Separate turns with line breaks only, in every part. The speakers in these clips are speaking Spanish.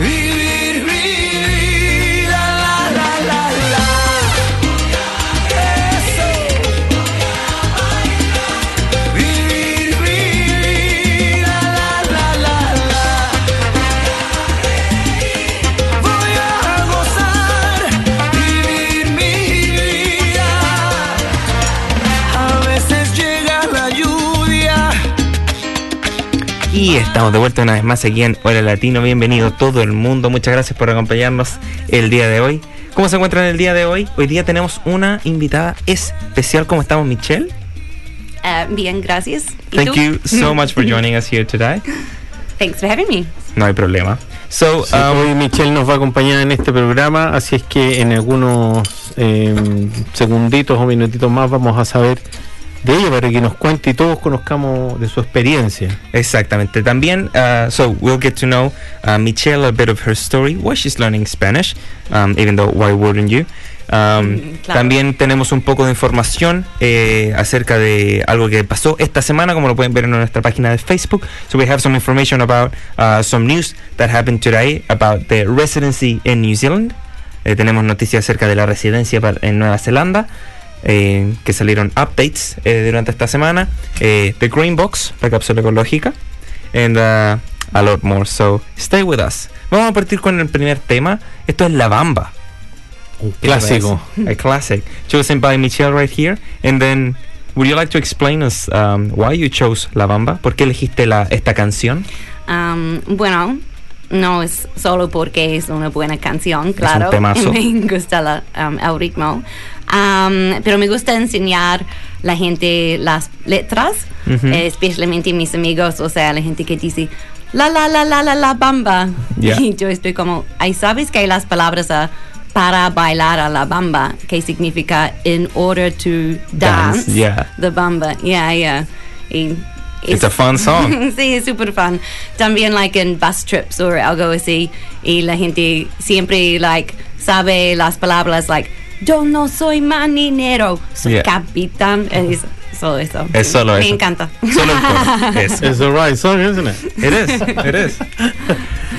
Vivir, vivir, la, la, la, la, la. Eso. Vivir, vivir, la, la, la, la, la. Voy a gozar, vivir mi vida. A veces llega la lluvia.
Y estamos de vuelta una vez más aquí en Hora Latino. Bienvenido todo el mundo. Muchas gracias por acompañarnos el día de hoy. ¿Cómo se encuentran el día de hoy? Hoy día tenemos una invitada especial. ¿Cómo estamos, Michelle?
Uh, bien, gracias. ¿Y
Thank
tú?
you so much for joining us here today.
Thanks for having me.
No hay problema. So,
Sí,
um,
hoy Michelle nos va a acompañar en este programa, así es que en algunos eh, segunditos o minutitos más vamos a saber de ella para que nos cuente y todos conozcamos de su experiencia.
Exactamente. También, uh, so we'll get to know uh, Michelle a bit of her story, why she's learning Spanish, um, even though why wouldn't you? Um,
Mm, claro.
También tenemos un poco de información eh, acerca de algo que pasó esta semana, como lo pueden ver en nuestra página de Facebook. So we have some information about uh, some news that happened today about the residency in New Zealand. Eh, tenemos noticias acerca de la residencia par- en Nueva Zelanda, eh, que salieron updates eh, durante esta semana. Eh, the Green Box, la cápsula ecológica. And uh, a lot more. So stay with us. Vamos a partir con el primer tema. Esto es La Bamba.
Un
¿Qué te
clásico.
parece? A classic. Chosen by Michelle right here. And then, would you like to explain us um, why you chose La Bamba? ¿Por qué elegiste la, esta canción?
Um, bueno, no es solo porque es una buena canción, claro.
temazo.
Me gusta la, um, el ritmo. Um, pero me gusta enseñar la gente las letras,
Ujú.
eh, especialmente mis amigos, o sea, la gente que dice la la la la la la bamba.
Yeah.
Y yo estoy como, ay, ¿sabes que hay las palabras ah, para bailar a la bamba? Que significa in order to
Dance,
dance,
yeah.
the bamba. Yeah, yeah. Y
It's a fun song.
sí, es súper fun. También, like, en bus trips o algo así. Y la gente siempre, like, sabe las palabras, like, yo no soy maninero, soy
Yeah.
capitán. Es solo eso.
Es solo
Me
eso.
encanta.
Solo el coro. Eso.
It's the right song, isn't it?
It is. It is.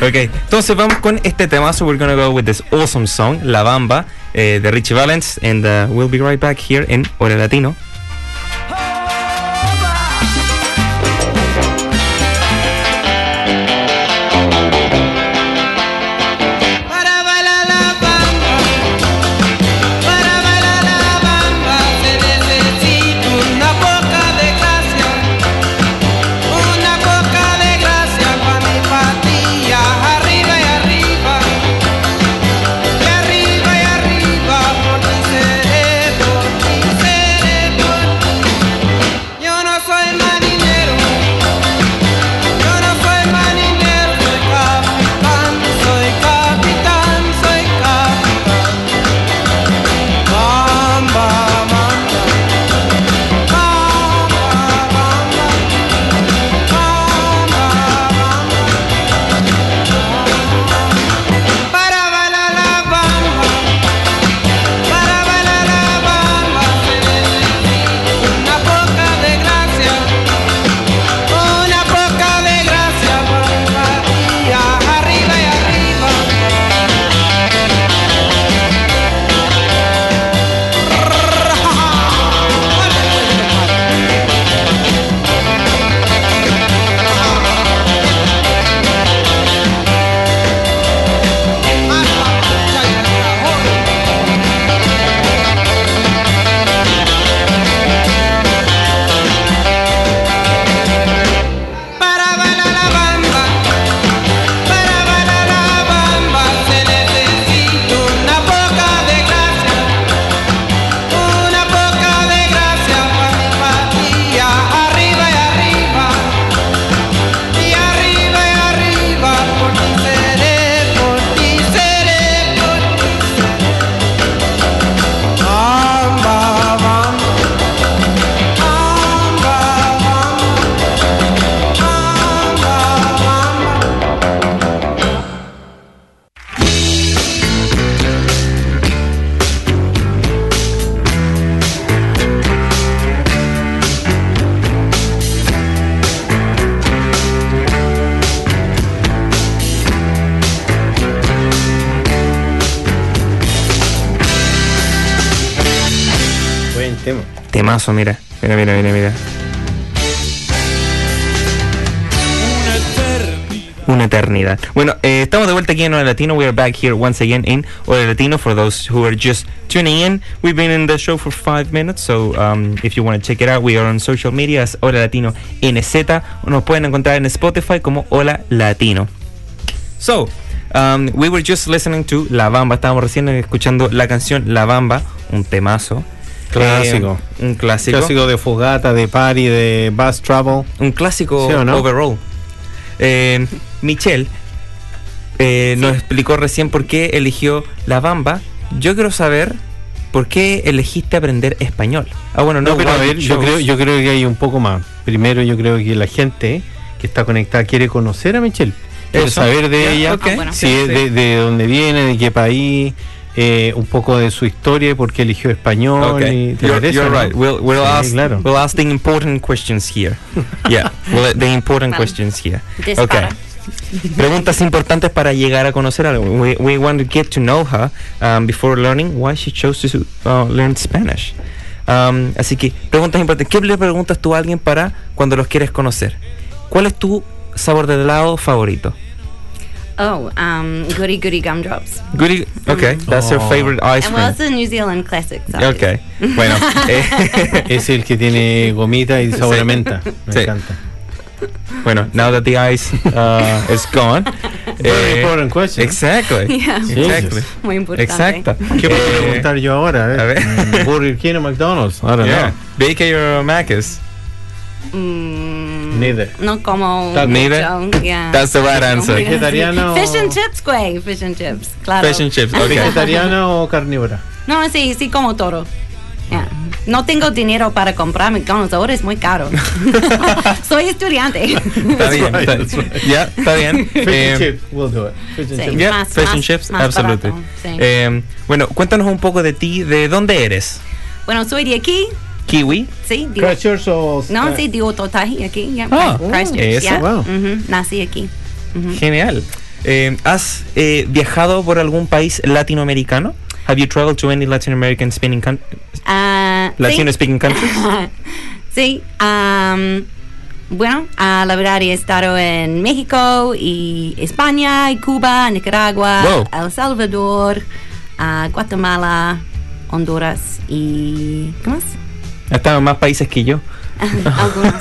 Okay, entonces vamos con este tema. So we're gonna go with this awesome song, La Bamba, eh, de Richie Valens, and uh, we'll be right back here in Hora Latino.
Para bailar la bamba, para bailar la bamba se necesita una poca de gracia, una poca de gracia para mi patilla, arriba y arriba, y arriba y arriba por mi cerebro, mi cerebro,
tema.
Temazo, mira. Mira, mira, mira, mira. Una eternidad. Bueno, eh, estamos de vuelta aquí en Hora Latino. We are back here once again in Hora Latino. For those who are just tuning in, we've been in the show for five minutes. So um, if you want to check it out, we are on social media as Hora Latino NZ. O nos pueden encontrar en Spotify como Hola Latino. So, um, we were just listening to La Bamba. Estábamos recién escuchando la canción La Bamba, un temazo.
Clásico.
Eh, un clásico.
Clásico de fogata, de party, de bus travel.
Un clásico
¿Sí o no?
overall. Eh, Michelle eh, nos explicó recién por qué eligió La Bamba. Yo quiero saber por qué elegiste aprender español. Ah, bueno, no,
No, pero a
one
ver, yo
chose.
creo, yo creo que hay un poco más. Primero, yo creo que la gente que está conectada quiere conocer a Michelle, quiere
Eso.
saber de
Ya,
ella,
ok.
Ah, bueno.
si es de, de dónde viene, de qué país, eh, un poco de su historia, y por qué eligió español.
Okay.
y te
You're,
parece,
you're
¿no?
right. We'll, we'll,
Sí,
ask,
claro.
we'll ask the important questions here. Yeah, well, the important
Vale.
questions here.
Dispara.
Preguntas importantes para llegar a conocer algo. We, we want to get to know her um, before learning why she chose to uh, learn Spanish. Um, así que, preguntas importantes. ¿Qué le preguntas tú a alguien para cuando los quieres conocer? ¿Cuál es tu sabor de helado favorito?
Oh, um, goody goody gumdrops.
Goody. Okay, that's her
Oh.
favorite ice
And
cream.
well, it's a New Zealand classic. so-
Okay. Bueno. eh,
Es el que tiene gomita y sabor
Sí.
a menta. Me
Sí.
encanta.
Bueno, now that the ice uh, is gone. eh,
Very important question.
Exactly.
Yeah.
Exactly.
Muy importante.
Exacto.
¿Qué
Eh,
puedo preguntar yo ahora?
a ver.
Mm, ¿Burger King o McDonald's? Ahora
yeah. BK or Macca's?
Mm,
Neither.
No como.
Taco.
Neither?
mucho, Yeah.
That's the right answer.
Vegetariano.
Fish and chips, güey. Fish and chips. Claro.
Fish and chips, okay.
¿Vegetariana o carnívora?
No, sí, sí como todo. Yeah. No tengo dinero para comprar McDonald's, ahora es muy caro. Soy estudiante.
Está bien.
right,
está-
that's right.
Ya, está bien.
Fish
Eh,
and chips, we'll do it. Fish and
Sí.
chips.
yeah,
Más-
fish and
más-
chips,
más
absolutely.
barato, sí.
Eh, bueno, cuéntanos un poco de ti, de dónde eres.
bueno, soy de aquí,
Kiwi.
sí. de-
Crushers o...
no, sí, de Ototahi, aquí. Yeah.
Ah,
Christchurch,
eso,
yeah.
wow.
Ujú, Nací aquí. Mm.
Genial. Eh, ¿Has eh, viajado por algún país latinoamericano? Have you traveled to any Latin American speaking coun- eh,
Ah, sí.
Latino speaking countries?
sí. am, bueno, ah, la verdad he estado en México y España y Cuba, Nicaragua,
Wow.
El Salvador, ah, Guatemala, Honduras y ¿qué más?
Ha estado en más países que yo.
Algunos.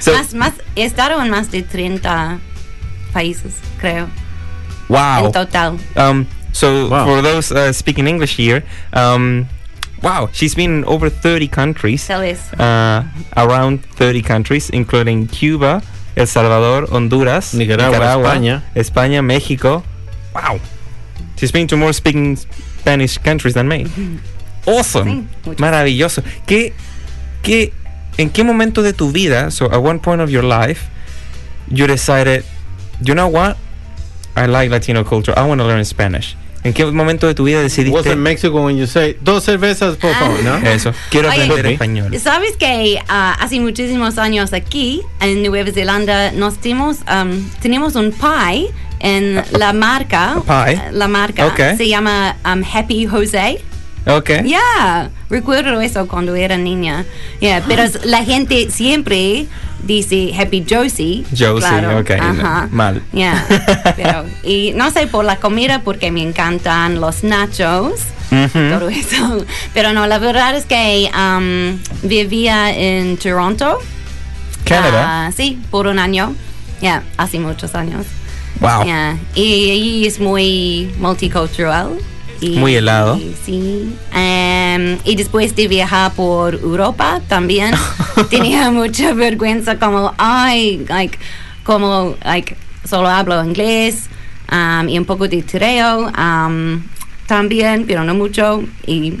So-
más, más, he estado en más de 30 países, creo,
Wow.
en total.
Um, so
Wow.
for those uh, speaking English here, um, wow, she's been in over 30 countries,
Tal vez.
uh, around 30 countries, including Cuba, El Salvador, Honduras,
Nicaragua, España.
España, Mexico. Wow, she's been to more speaking Spanish countries than me. Awesome,
Mm-hmm. Sí, muchas.
maravilloso. ¿Qué, qué, en qué momento de tu vida, so at one point of your life, you decided, you know what? I like Latino culture. I want to learn Spanish. ¿En qué momento de tu vida
Was
decidiste
in Mexico when you say dos cervezas,
Ah.
por favor, ¿no?
eso? Quiero
Oye.
aprender
Ok.
español.
Sabes que ah, hace muchísimos años aquí en Nueva Zelanda nos dimos, um, tenemos un pie en la marca.
A pie?
La marca
Ok.
se llama um, Happy Jose.
Okay.
Yeah, recuerdo eso cuando era niña. Yeah, pero s- la gente siempre dice Happy Josie.
Josie, ok,
ajá.
mal.
Yeah, pero- y no sé por la comida porque me encantan los nachos,
Ujú.
todo eso. Pero no, la verdad es que um, vivía en Toronto.
Canadá.
ah, sí, por un año. Yeah, hace muchos años.
wow.
Yeah, Y, y es muy multicultural. y-
Muy helado.
y sí. Em, y después de viajar por Europa también tenía mucha vergüenza como, ay, like, como, like, solo hablo inglés um, y un poco de tireo um, también, pero no mucho. Y,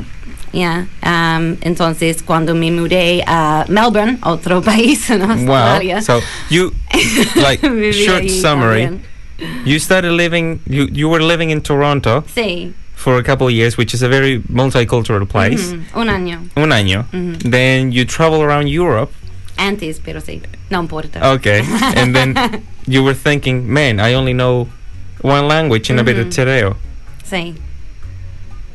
yeah, um, entonces cuando me mudé a Melbourne, otro país en Australia.
Wow. So you like
viví
short
ahí
summary.
también.
You started living. You you were living in Toronto
Sí.
for a couple of years, which is a very multicultural place.
Ujú, Un año.
Un año.
Ujú.
Then you travel around Europe.
Antes, pero sí. No importa.
Okay. and then you were thinking, man, I only know one language and a bit of
Mhm.
Tereo.
Sí.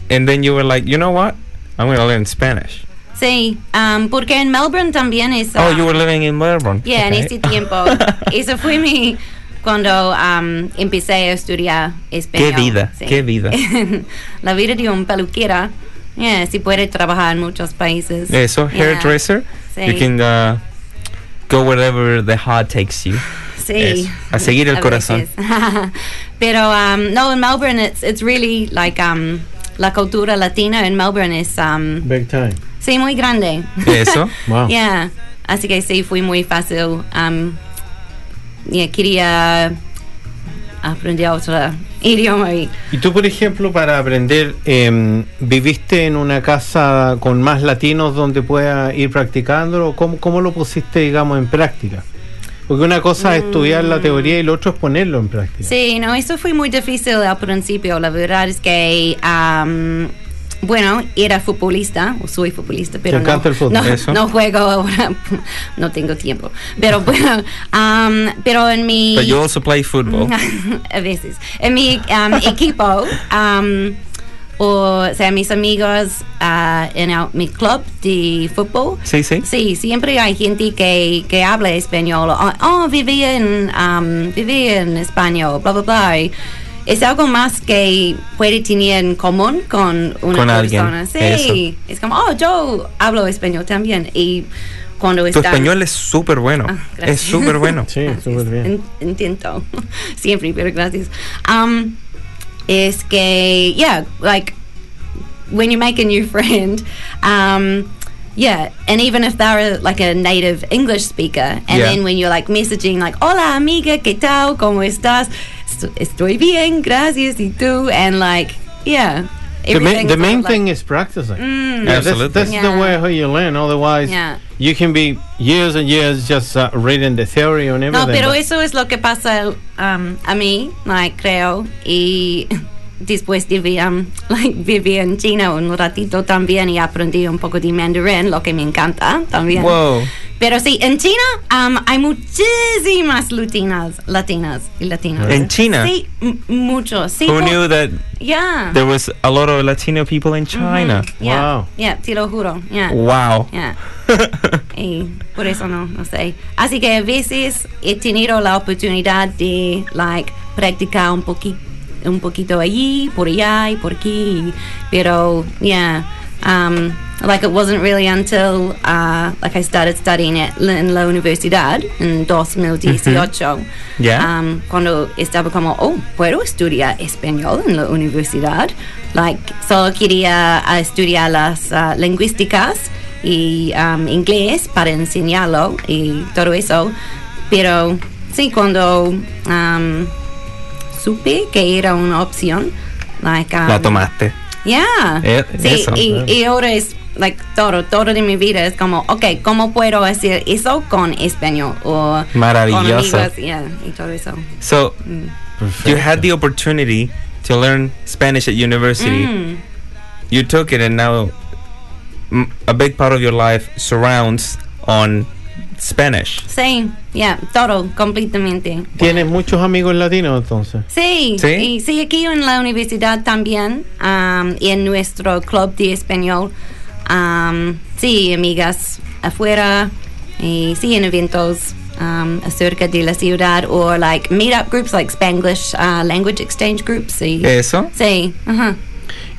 And then you were like, you know what? I'm going to learn Spanish.
Sí, um, porque en Melbourne también es...
Oh,
ah,
you were living in Melbourne.
Yeah, en
Okay.
ese tiempo. Eso fue mi. Cuando um, empecé a estudiar español.
Qué vida, qué vida.
La vida de un peluquera. Yeah, sí puede trabajar en muchos países.
Yeah, so
Yeah.
hairdresser, you
Sí.
can uh, go wherever the heart takes you.
Sí.
Eso. A seguir el
A
corazón.
veces. Pero um, no, en Melbourne it's, it's really like um, la cultura latina en Melbourne es um,
Big time.
sí muy grande.
Eso.
Wow.
Yeah. Así que sí, fue muy fácil. Um, yeah, quería aprender otro idioma. y-
Y tú, por ejemplo, para aprender, em, ¿viviste en una casa con más latinos donde pueda ir practicándolo? ¿Cómo, cómo lo pusiste, digamos, en práctica? Porque una cosa es estudiar la teoría y lo otro es ponerlo en práctica.
Mm. Sí, no, eso fue muy difícil al principio. La verdad es que, um, bueno, era futbolista, o soy futbolista, pero
Te
no,
encanta el fútbol,
no,
eso.
no juego ahora, no tengo tiempo. Pero bueno, um, pero en mi...
But you also play football.
a veces. En mi um, equipo, um, o sea, mis amigos ah, en el- mi club de fútbol,
Sí, sí.
Sí, siempre hay gente que, que habla español. Oh, oh, viví, en, um, viví en español, bla, bla, bla. Y Es algo más que puede tener en común con una
Con alguien,
persona. Sí, es como, oh, yo hablo español también. Y cuando
Tu
están-
español es súper bueno.
Ah, gracias.
es súper bueno.
Sí, súper bien.
In- intento siempre, pero gracias. Um, es que, yeah, like when you make a new friend, um, yeah, and even if they're like a native English speaker, and
Yeah.
then when you're like messaging, like, hola amiga, ¿qué tal? ¿Cómo estás? Estu- Estoy bien, gracias, y tú, and like, yeah.
The, ma-
everything's
the main
sort of
thing
like-
is practicing.
Mm.
Yeah, that's,
Absolutely.
that's the
Yeah.
way how you learn. Otherwise,
Yeah.
you can be years and years just uh, reading the theory and
No,
everything.
pero
but-
eso es lo que pasa um, a mí, like, creo. Y después de vi- um, like, viví en China un ratito también y aprendí un poco de mandarín, lo que me encanta también.
Wow.
Pero sí, en China um, hay muchísimas latinas, latinas y latinos.
¿En China?
Sí, m- muchos. Sí,
Who
por-
knew that
Yeah.
there was a lot of Latino people in China?
Yeah,
Wow.
yeah, te lo juro. Yeah.
Wow.
Yeah. y por eso no, no sé. Así que a veces he tenido la oportunidad de like practicar un poquito un poquito allí, por allá y por aquí, pero yeah, um, like it wasn't really until uh, like I started studying at, in la universidad en 2018,
Yeah.
um, cuando estaba como, oh, puedo estudiar español en la universidad, like solo quería ah, estudiar las ah, lingüísticas y um, inglés para enseñarlo y todo eso. Pero sí, cuando um, supe que era una opción, like, um,
La tomaste.
Yeah.
Eh,
sí,
eso.
y, y ahora es, like, todo, todo de mi vida es como, ok, ¿cómo puedo hacer eso con español? O Con
Maravilloso.
amigos, yeah, y todo eso.
So
Mm.
you had the opportunity to learn Spanish at university.
Mm.
You took it, and now mm, a big part of your life surrounds on Spanish.
Sí, yeah, todo, completamente.
Tienes muchos amigos latinos entonces.
Sí,
¿Sí?
y sí, aquí en la universidad también, am, y en nuestro club de español. am, sí, amigas afuera, y sí, en eventos am, acerca de la ciudad, o like meetup groups, like Spanglish uh, language exchange groups. Y,
Eso.
Sí, ajá.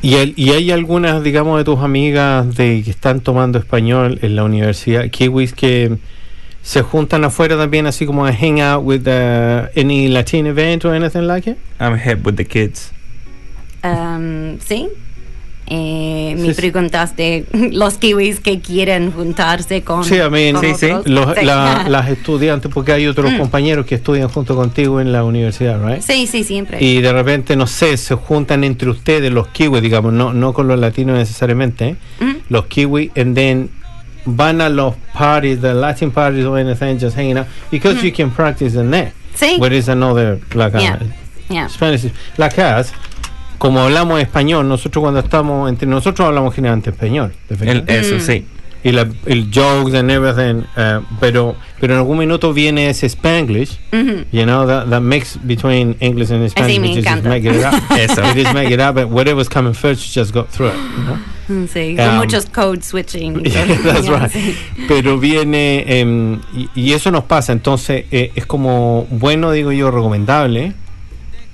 ¿Y, el- y hay algunas, digamos, de tus amigas de que están tomando español en la universidad, kiwis, que se juntan afuera también, así como a hang out with uh, any Latin event or anything like it?
I'm hip with the kids.
Am, sí. Eh,
Sí,
me
sí.
preguntaste los kiwis que quieren juntarse con.
Sí, I mean,
con
Sí, sí.
otros.
Los-
Sí.
la- las estudiantes, porque hay otros
Mm.
compañeros que estudian junto contigo en la universidad, ¿right?
Sí, sí, siempre.
Y de repente, no sé, se juntan entre ustedes los kiwis, digamos, no, no con los latinos necesariamente, ¿eh?
Mm.
los kiwi and then van a los parties, the Latin parties or anything, just hanging out because you can practice in there.
Sí.
Where is another like uh,
Yeah. Yeah.
Spanish like us.
Mm.
Como hablamos español, nosotros cuando estamos entre nosotros hablamos generalmente español.
El-
¿de
eso, sí.
y la- el jokes and everything, eh, pero, pero en algún minuto viene ese Spanglish,
Mhm.
you know, that, that mix between English and Spanish.
me
you just
encanta.
make it up.
Eso.
You just make it up, and whatever's coming first, you just go through it. you know?
Mm, Sí,
Um,
con muchos code switching.
Yeah, that's
Yeah,
right.
sí.
Pero viene, em, y, y eso nos pasa, entonces eh, es como bueno, digo yo, recomendable,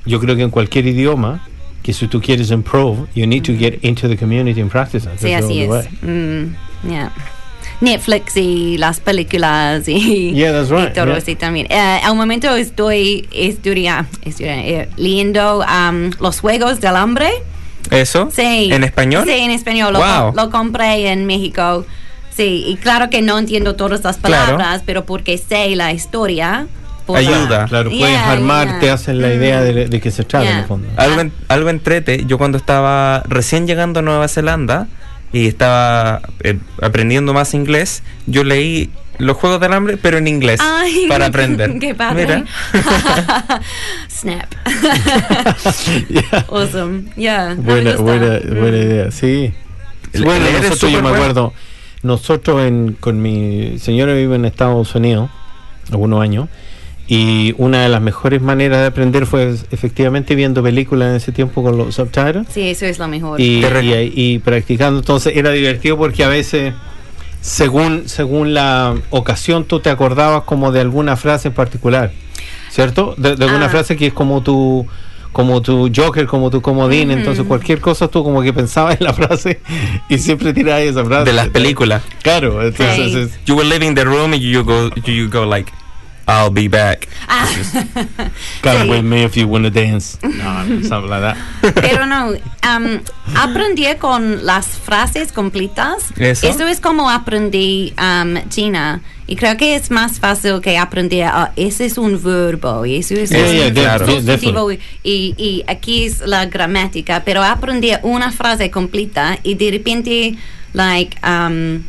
yo creo que en cualquier idioma, que si tú quieres improve, you need to get into the community and practice it.
Sí,
That's
así es.
the only way.
Mm, yeah. Netflix y las películas y,
Yeah, that's
y
right.
todo
yeah.
así también. Eh, al momento estoy estudia- estudia- eh, leyendo am, los juegos del hambre.
¿Eso?
Sí.
¿En español?
Sí, en español. Lo,
Wow.
com- lo compré en México. Sí, y claro que no entiendo todas las
Claro.
palabras, pero porque sé la historia. por la-
Ayuda.
Claro,
Yeah,
puedes armar,
yeah.
te hacen la idea de, de que se trata en
Yeah.
el fondo. Ah,
Algo,
Ah.
en- algo entrete, yo cuando estaba recién llegando a Nueva Zelanda y estaba eh, aprendiendo más inglés, yo leí los Juegos del Hambre, pero en inglés,
Ay,
para aprender.
Qué padre.
Mira.
Snap.
Yeah.
awesome. Yeah.
Buena,
ahí está.
buena,
Ah, Mm.
buena idea, sí.
Le-
Bueno,
leer es
nosotros yo
súper
me
bueno.
acuerdo, nosotros en, con mi señora vive en Estados Unidos, algunos años, y una de las mejores maneras de aprender fue efectivamente viendo películas en ese tiempo con los subtitles.
Sí, eso es lo mejor.
y,
Te re-
y ahí- y practicando. Entonces era divertido porque a veces, según, según la ocasión, tú te acordabas como de alguna frase en particular, ¿cierto? De, de alguna
Ah.
frase que es como tu como tu Joker, como tu comodín,
Ujú.
entonces cualquier cosa tú como que pensabas en la frase y siempre tirabas esa frase.
De las películas.
Claro, entonces
Sí.
es-
You were leaving the room and you go, you go like, I'll be back.
Ah.
Come
Sí.
with me pues, if you wanna dance. No, no, something like that.
Pero no, am, aprendí con las frases completas.
Eso.
es como aprendí am, China. Y creo que es más fácil que aprender, ah, ese es un verbo, y eso es
Yeah,
un
yeah, de- claro.
sustantivo,
definitely.
y, y aquí es la gramática. Pero aprendí una frase completa y de repente, like, am,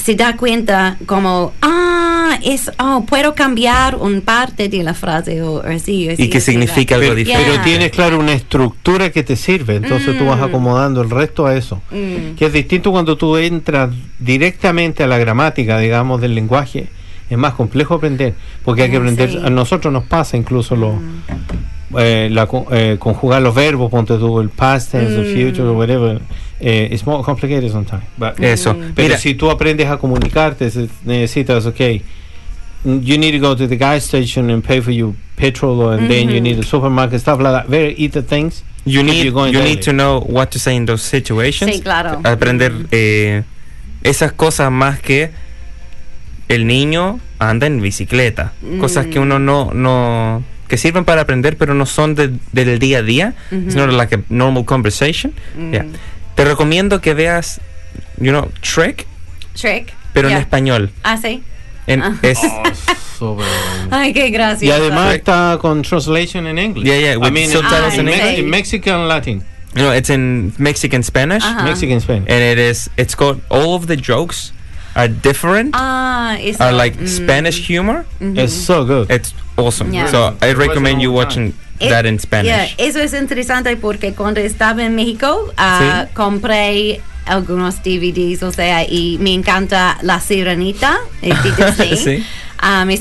se da cuenta como, ah, es, oh, puedo cambiar un parte de la frase o, o así.
Y que significa algo
Pero,
diferente.
pero tienes, claro, una estructura que te sirve, entonces tú vas
Mm.
acomodando el resto a eso. que es distinto cuando tú entras directamente a la gramática, digamos, del lenguaje. Es más complejo aprender, porque hay que
Ah,
aprender,
sí. Ah.
a nosotros nos pasa incluso lo, eh, la co- eh, conjugar los verbos, ponte tú el past tense, the
Mm.
future, whatever. Eh, it's more complicated sometimes. but-
Eso.
pero
Mira,
si tú aprendes a comunicarte, se- necesitas, ok, you need to go to the gas station and pay for your petrol, and then you
Mhm.
need a supermarket, stuff like that, very eat the things.
you
if
need,
you're going
you
daily.
need to know what to say in those situations.
Sí, claro.
aprender eh, esas cosas más que el niño anda en bicicleta. Cosas que
Mm.
uno no, no que sirven para aprender, pero no son de- del día a día,
Ujú.
sino like a normal conversation.
Mm.
Yeah. Te recomiendo que veas, you know, Trek,
Shrek.
pero
Yeah.
en español.
Ah, sí.
En,
Ah.
es,
Ay, qué gracia.
Y además está con translation en inglés.
Yeah, yeah,
I
with
mean,
subtitles
in,
in
Mex-
English.
in Mexican Latin,
no, it's in Mexican Spanish,
Ajá. Ah.
Mexican Spanish.
and it is. It's called. All of the jokes are different.
Ah, es.
Are like
mm,
Spanish humor.
mhm.
It's so good.
It's awesome.
Yeah.
So I
It was
recommend
an
you
old
watching
Eh,
that in
Yeah,
Spanish.
Eso es interesante porque cuando estaba en México, ah,
Sí.
compré algunos DVDs, o sea, y me encanta La Sirenita. el título, sí.
Sí.
Ah, es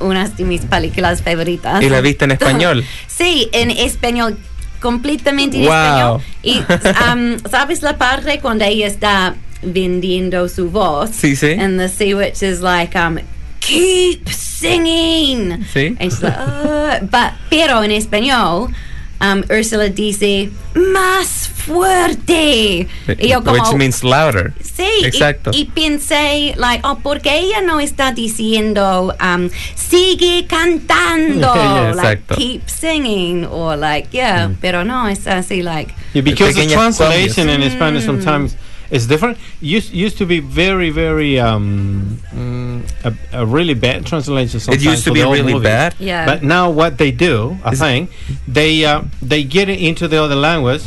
una de mis películas favoritas.
¿Y la viste en español?
Sí, en español, completamente en
Wow.
español. Y am, sabes la parte cuando ella está vendiendo su voz.
Sí, sí.
And the sea witch is like, um, keep singing.
Sí.
And she's like, "Ah." but pero en español. Um, Ursula dice más fuerte. Y yo como,
Which means louder.
Sí, y-
Exacto.
Y, pensé, like, oh, porque ella no está diciendo, um, sigue cantando,
Yeah,
like,
exacto. Mm.
keep singing, or like, yeah, pero no, es así, like,
Yeah, because the
Pequeñas
translation
cambios.
in Spanish sometimes is different. Used used to be very very um, mm, a, a really bad translation.
it
Sometimes
used to
for
be
the old
really
movies.
bad.
yeah.
But now what they do, I
Is-
think, they uh, they get it into the other language,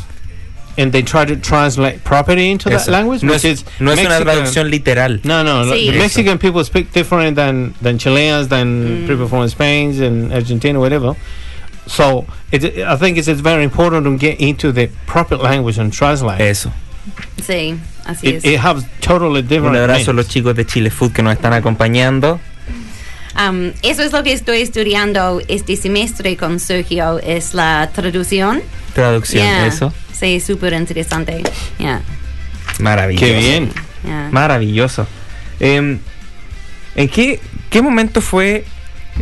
and they try to translate properly into that
Eso.
language,
no
which
es,
is
no es una
Mexican-
traducción literal.
No, no.
Sí.
The
Eso.
Mexican people speak different than than Chileans,
Mm.
than people from Spain and Argentina, whatever. So it, I think it's, it's very important to get into the proper language and translate.
Eso.
sí. Así
It,
es.
it has totally different
Un abrazo a los
names.
chicos de Chile Food que nos están acompañando.
Am, eso es lo que estoy estudiando este semestre con Sergio, es la traducción.
Traducción,
Yeah.
eso.
Sí, súper interesante. Yeah,
Maravilloso.
Qué bien.
yeah.
Maravilloso. Em, ¿En qué, qué momento fue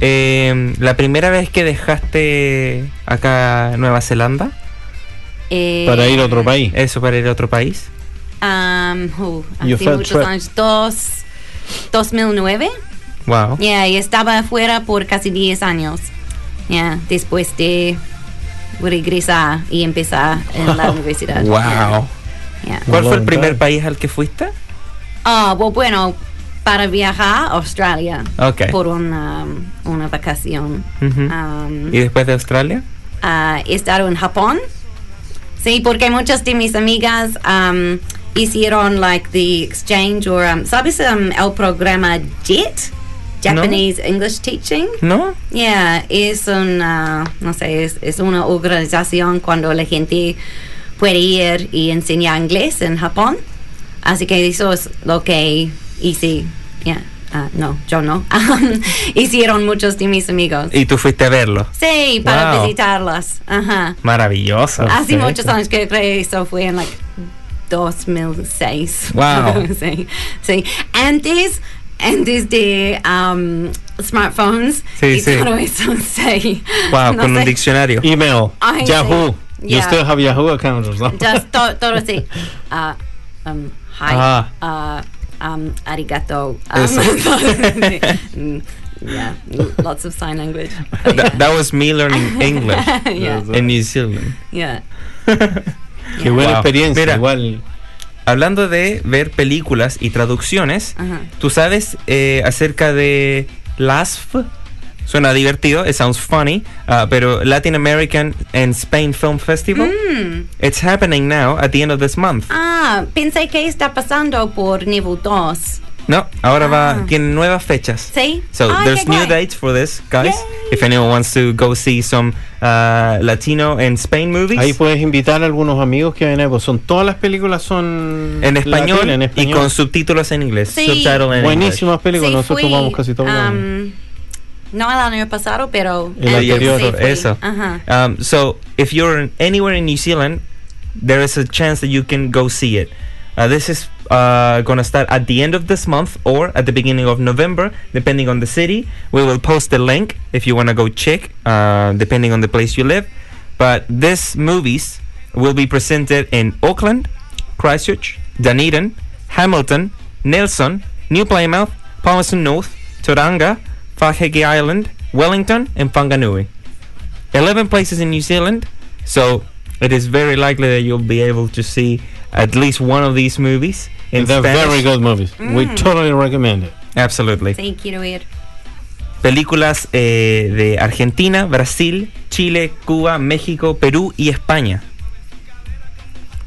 em, la primera vez que dejaste acá Nueva Zelanda?
Eh,
Para ir a otro país.
Eso para ir a otro país.
am, uh,
You
hace
felt
muchos
trapped.
años, dos, 2009.
Wow.
Yeah, y estaba afuera por casi 10 años. Yeah, después de regresar y empezar en la universidad.
Wow.
Yeah.
¿Cuál fue el primer
Lamentable.
país al que fuiste?
Ah, bu- bueno, para viajar a Australia
Ok.
por una, una vacación.
Ujú.
Um,
¿Y después de Australia?
ah, he estado en Japón. Sí, porque muchas de mis amigas um, hicieron like the exchange or um, ¿sabes um, el programa JET?
No.
Japanese English Teaching.
¿No?
Yeah, es una, no sé, es, es una organización cuando la gente puede ir y enseñar inglés en Japón. Así que eso es lo que hice. Yeah. ah, no, yo no. Hicieron muchos de mis amigos.
Y tú fuiste a verlo.
Sí, para
Wow.
visitarlos. Ajá.
Maravilloso.
Hace
Perfecto.
Ah, muchos años que creo que eso fue en like 2006.
Wow.
sí, sí. Antes, antes de um, smartphones
Sí,
y
sí.
todo eso, sí.
Wow,
No
con un
sé.
diccionario.
Email.
Ay, sí.
Yahoo. You
Yeah.
still have Yahoo account or something.
Just to, todo sí. Ah, um, hi. Ah, um, arigato. Um,
Eso.
sí. Mm, yeah, lots of sign language. But
Tha- that was me learning English
yeah,
in New Zealand.
yeah.
Qué buena
Wow.
experiencia.
Mira.
Igual.
Hablando de ver películas y traducciones,
Ajá.
¿tú sabes eh, acerca de LASF? Suena divertido, it sounds funny, uh, pero Latin American and Spain Film Festival,
Mm.
it's happening now at the end of this month.
Ah, pensé que está pasando por nivel 2.
No, ahora va,
Ah.
tiene nuevas fechas.
¿Sí?
So
Ah,
there's
qué
new
guay.
dates for this, guys.
Yay.
If anyone wants to go see some uh, Latino and Spain movies.
Ahí puedes invitar a algunos amigos que vayan a pues son todas las películas son
en español,
latinas, en
y
español.
con subtítulos en inglés.
Sí.
Subtitle in English.
buenísimas películas,
Sí,
nosotros
fui,
tomamos casi todo.
um, no el año pasado, pero.
El
antes
anterior,
sí fui.
eso.
Ajá.
Um, so if you're in, anywhere in New Zealand, there is a chance that you can go see it. Uh, this is uh, gonna start at the end of this month or at the beginning of November, depending on the city. We will post the link if you wanna go check, uh, depending on the place you live. But these movies will be presented in Auckland, Christchurch, Dunedin, Hamilton, Nelson, New Plymouth, Palmerston North, Tauranga, Whakeke Island, Wellington, and Whanganui. 11 places in New Zealand, so it is very likely that you'll be able to see at least one of these movies in
They're
Spanish.
very good movies. We
Mm.
totally recommend it.
Absolutely.
Sí, quiero ir.
Películas eh, de Argentina, Brasil, Chile, Cuba, México, Perú y España.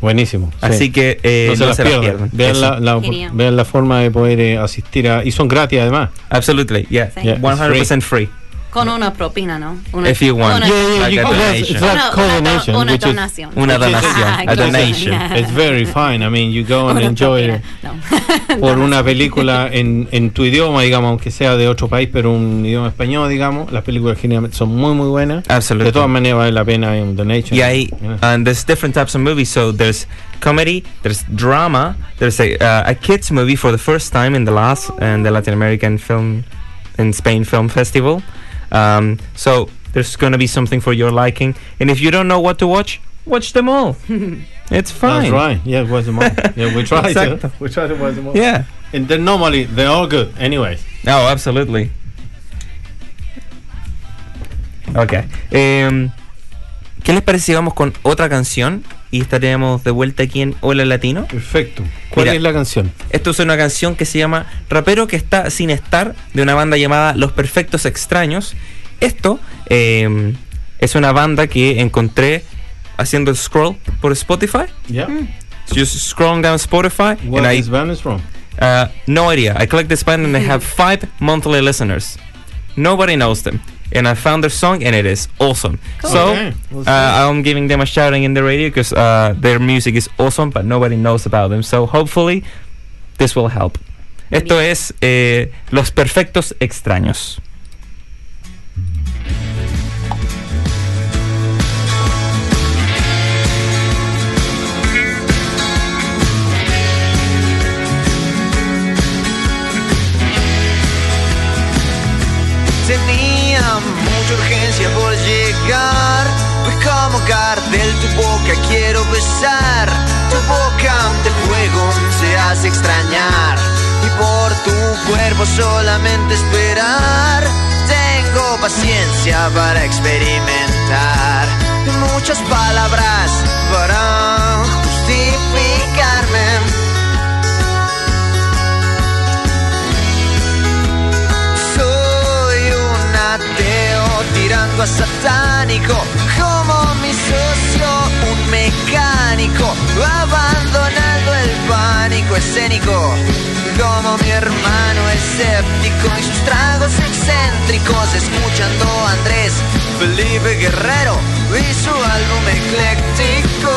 Buenísimo. sí.
Así que eh,
no se las pierdan. Vean,
Eso.
la, la-
Genial.
vean la forma de poder eh, asistir a. Y son gratis además.
Absolutely, yeah.
Sí.
Yeah, it's
100% free.
Con una propina, ¿no? Una,
If you want.
Una,
Yeah, yeah,
Like
you
a
can-
donation.
It's like
una-
coordination,
una, do- una
which is-
donación.
Una
Which is-
donación,
Ah,
a
claro,
donation.
yeah.
It's very fine. I mean, you go and
Una
enjoy
propina,
it.
no.
por una película en, en tu idioma, digamos, aunque sea de otro país, pero un idioma español, digamos. Las películas generalmente son muy, muy buenas.
Absolutely.
De todas maneras, vale la pena en Donation.
Yeah, I-
Yeah.
and there's different types of movies. So there's comedy, there's drama, there's a, uh, a kids movie for the first time in the last and the Latin American film in Spain Film Festival. Um, so there's gonna be something for your liking. And if you don't know what to watch, watch them all. it's fine.
That's right. Yeah, it was a month. Yeah, we tried
Exacto.
to. We tried to was a month.
Yeah.
And then normally they're all good. Anyway.
Oh, absolutely. Ok. Em, ¿Qué les parece si vamos con otra canción y estaremos de vuelta aquí en Hola Latino?
Perfecto. ¿Cuál
Mira.
es la canción?
Esto es Este una canción que se llama Rapero que está sin estar de una banda llamada Los Perfectos Extraños. Esto em, es una banda que encontré haciendo scroll por Spotify.
Yeah.
Just scrolling down Spotify and
What
I
Mm. is band is from?
Uh, no idea. I collect this band and I have five monthly listeners. Nobody knows them. and I found their song, and it is awesome.
Cool.
So
Okay.
uh, I'm giving them a shouting in the radio because uh, their music is awesome, but nobody knows about them. So hopefully, this will help. Esto
Bien.
es eh, Los Perfectos Extraños.
Tenía mucha urgencia por llegar. Pues como cartel tu boca quiero besar. Tu boca ante el fuego se hace extrañar. Y por tu cuerpo solamente esperar. Tengo paciencia para experimentar. Y muchas palabras para justificarme. Soy un ateo tirando a satánico, como mi socio, un mecánico, abandonando el pánico escénico, como mi hermano escéptico y sus tragos excéntricos, escuchando a Andrés Felipe Guerrero y su álbum ecléctico.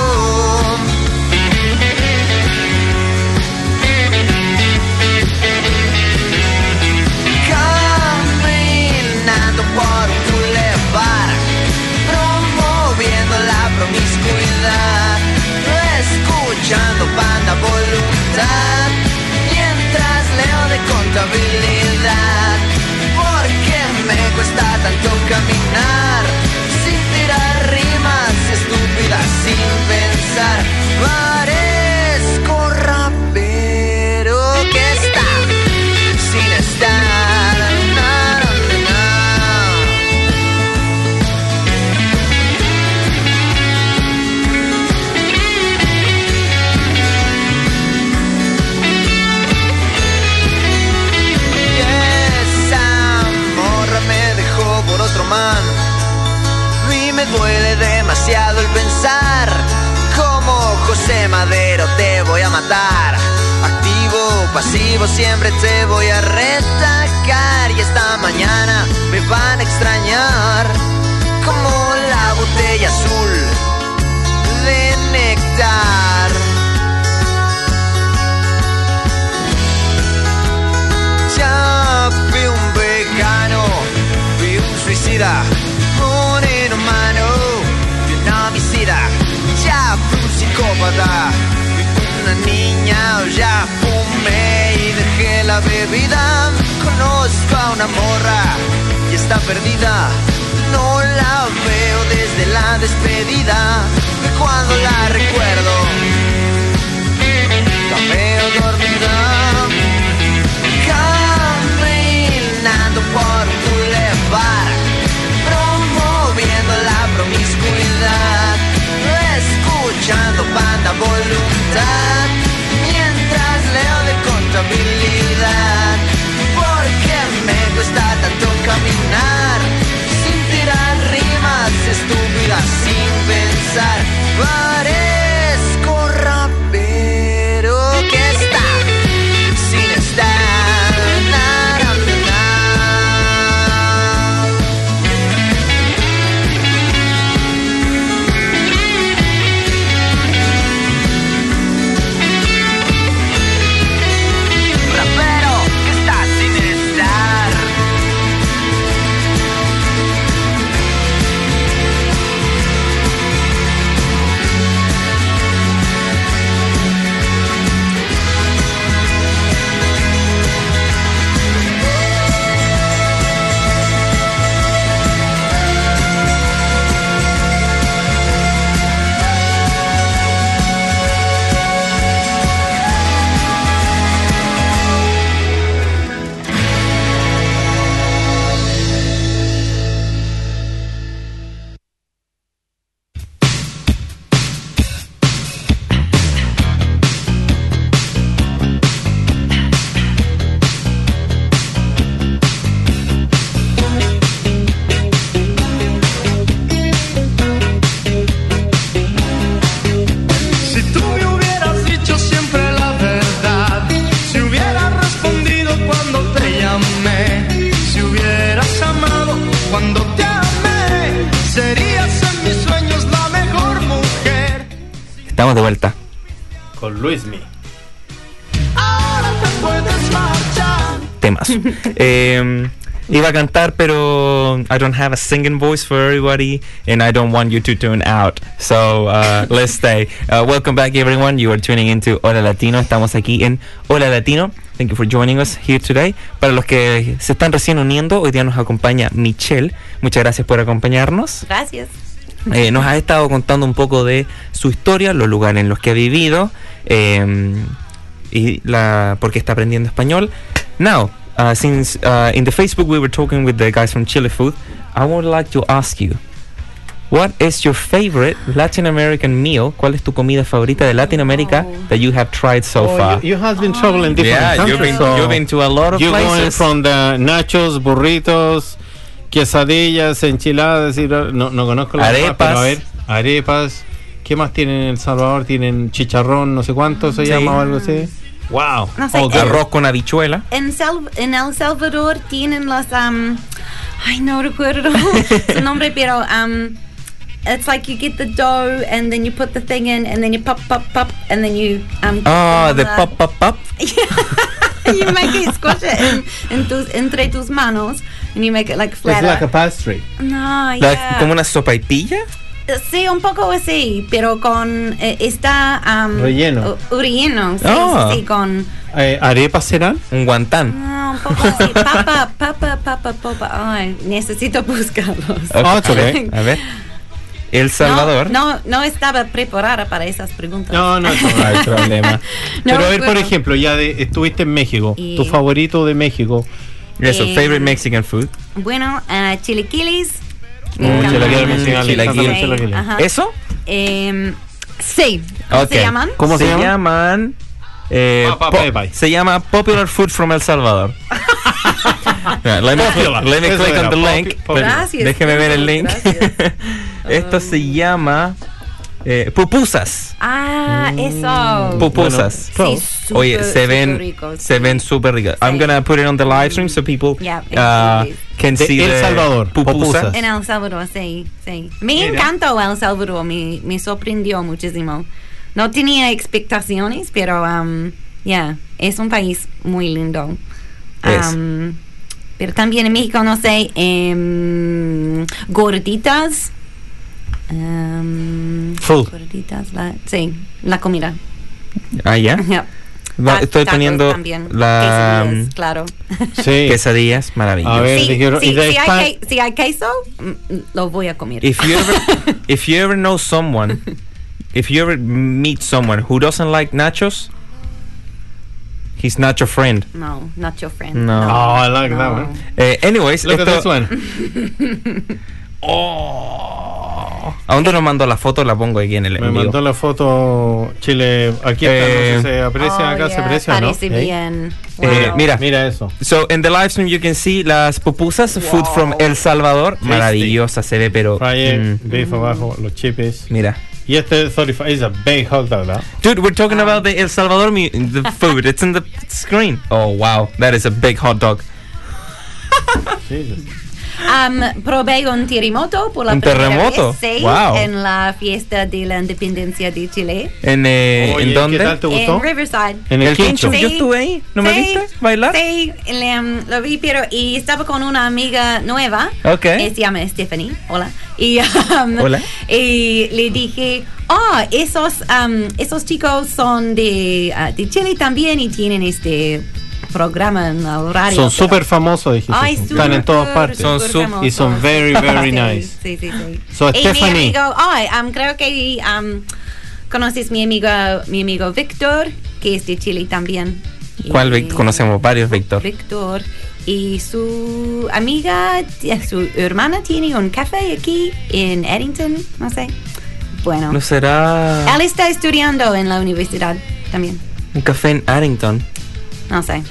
Caminando por un bulevar, promoviendo la promiscuidad, escuchando banda voluntad, mientras leo de contabilidad, porque me cuesta tanto caminar, sin tirar rimas estúpidas, sin pensar, parezco rapero que está sin estar. Na, na, na. Y esa morra me dejó por otro man. Y me duele demasiado el pensar Como José Madero te voy a matar Activo, pasivo, siempre te voy a retacar Y esta mañana me van a extrañar Como la botella azul de néctar Ya vi un vegano, vi un suicida, un inhumano, vi un homicida, ya fui un psicópata, vi una niña, ya fumé y dejé la bebida. Conozco a una morra y está perdida, no la veo desde la despedida, de cuando la recuerdo. La veo dormida. Caminando por un bulevar, promoviendo la promiscuidad, escuchando banda voluntad, mientras leo de contabilidad, porque me cuesta tanto caminar, sin tirar rimas estúpidas, sin pensar, parezco rapero que está
vuelta.
Con Luismi.
Temas. Eh, iba a cantar, pero I don't have a singing voice for everybody, and I don't want you to tune out. So uh, let's stay. Uh, welcome back, everyone. You are tuning into Hola Latino. Estamos aquí en Hola Latino. Thank you for joining us here today. Para los que se están recién uniendo, hoy día nos acompaña Michelle. Muchas gracias por acompañarnos.
Gracias.
Eh, nos ha estado contando un poco de su historia, los lugares en los que ha vivido eh, y la por qué está aprendiendo español. Now, uh, since uh, in the Facebook we were talking with the guys from Chile Food, I would like to ask you, what is your favorite Latin American meal? ¿Cuál es tu comida favorita de Latinoamérica
Oh.
that you have tried so
Oh,
far?
you, you have been traveling different
yeah,
countries.
you've been,
so
you've been to a lot of
you're going
places.
from the nachos, burritos, quesadillas, enchiladas. Y lo- no, no conozco las demás,
Arepas.
pero a ver, arepas. ¿Qué más tienen en El Salvador? Tienen chicharrón, no sé cuánto se
Sí.
llama o algo así. Wow.
No sé,
Okay.
eh,
Oh, Arroz con habichuela.
En, Sal- en El Salvador tienen los. Um, ay, no recuerdo su nombre, pero. Um, it's like you get the dough and then you put the thing in and then you pop, pop, pop, and then you. Um,
Ah,
put
the
it on
pop, pop, pop.
you make it squash it in, in tus, entre tus manos and you make it like
It's
flatter.
like a pastry.
no,
La-
yeah.
Como una sopaipilla.
Sí, un poco así, pero con eh, está am,
Relleno.
u- relleno, sí,
Ah.
sí, sí, con
Eh, ¿Arepas serán?
Un guantán.
no, un poco así, papa, papa, papa, papa. Ay, necesito buscarlos.
Ok,
Ah, it's
a
okay.
ver, A ver. El Salvador.
No, no, no estaba preparada para esas preguntas.
No, no, no, no hay problema. Pero a ver, por
recuerdo.
ejemplo, ya de- estuviste en México.
Y-
Tu favorito de México.
Yes, your
Eh,
favorite Mexican food.
Bueno, eh, chilaquiles.
Mm,
Me encantan.
chilaquiles, me encantan los
chilaquiles.
chilaquiles.
Ajá.
¿Eso?
Em, sí. ¿Cómo
Ok.
se llaman?
¿Cómo se llama?
llaman? eh,
Pa- pa-
po-
pa- pa-
se llama Popular Food from El Salvador. Yeah, let me,
Popular.
let me
Eso
click
era,
on the
popu-
link.
popular.
Gracias,
Déjeme ver el link.
gracias. Oh.
Esto se llama eh, pupusas.
Ah, eso.
Pupusas.
Sí,
Oye,
súper,
se ven,
súper rico,
se
sí.
ven súper ricas. I'm
Sí.
gonna put it on the live stream so people
Yeah,
uh,
exactly.
can
De
see
El
the
Salvador, pupusas.
En El Salvador, sí, sí. Me
Mira.
encantó El Salvador, me, me sorprendió muchísimo. No tenía expectaciones, pero um, ya, es un país muy lindo.
Es.
Um, pero también en México, no sé, em, gorditas. em,
Food.
Gorditas, la, sí, la comida.
Ah, ya.
Yep.
Va-
Ta-
Estoy
tacos
poniendo
también,
la mm,
quesadillas, claro.
Sí.
quesadillas
um, A
maravilloso.
ver,
Sí,
te quiero-
sí,
y de
si,
Espa-
hay, que- si hay queso, mm, lo voy a comer.
If you ever if you ever know someone, if you ever meet someone who doesn't like nachos, he's not your friend.
No, not your friend.
No.
Oh, I like that one.
Eh, anyways,
Look at
esto-
this one.
¿a dónde nos mandó la foto? La pongo aquí en el
Me
en vivo.
mandó la foto Chile. Aquí
Eh,
está, no sé si se aprecia, acá se aprecia, ¿no?
Oh, Parece
¿Eh?
bien.
Eh,
Wow.
mira.
Mira eso.
So, in the live stream you can see las pupusas, food from El Salvador,
Tasty.
maravillosa se ve, pero
Fryer,
mm,
beef abajo, los chips.
mira.
Y este 35 es a big hot dog, ¿verdad?
Dude, we're talking about the El Salvador mu- the food. It's in the screen. Oh wow, that is a big hot dog.
Jesus.
Am, Um, probé un terremoto por la
¿Un
primera
terremoto?
vez, sí,
Wow.
en la fiesta de la independencia de Chile.
¿En, eh,
Oye,
¿en dónde?
¿Qué tal te gustó?
En Riverside.
En
el quincho.
Sí.
Yo estuve ahí, ¿no me
Sí,
viste bailar?
Sí, le, um, lo vi, pero y estaba con una amiga nueva.
Ok.
Eh, se llama Stephanie. Hola. Y, um,
Hola.
Y le dije, ah, esos, um, esos chicos son de, ah, de Chile también y tienen este programa en el radio. pero-
Son súper famosos, dijiste.
Ay,
Están en todas partes.
Son
súper
sup-
y son
famosos.
very, very nice.
Sí, sí, sí.
So,
y
Stephanie.
mi amigo, ay, am, creo que am, conoces mi amigo, mi amigo Víctor, que es de Chile también.
¿Cuál
Y-
Vic- Conocemos varios, Víctor.
Víctor. Y su amiga, t- eh, su hermana tiene un café aquí en Eddington, no sé. Bueno,
¿No será
él está estudiando en la universidad también,
un café en Arrington?
no sé.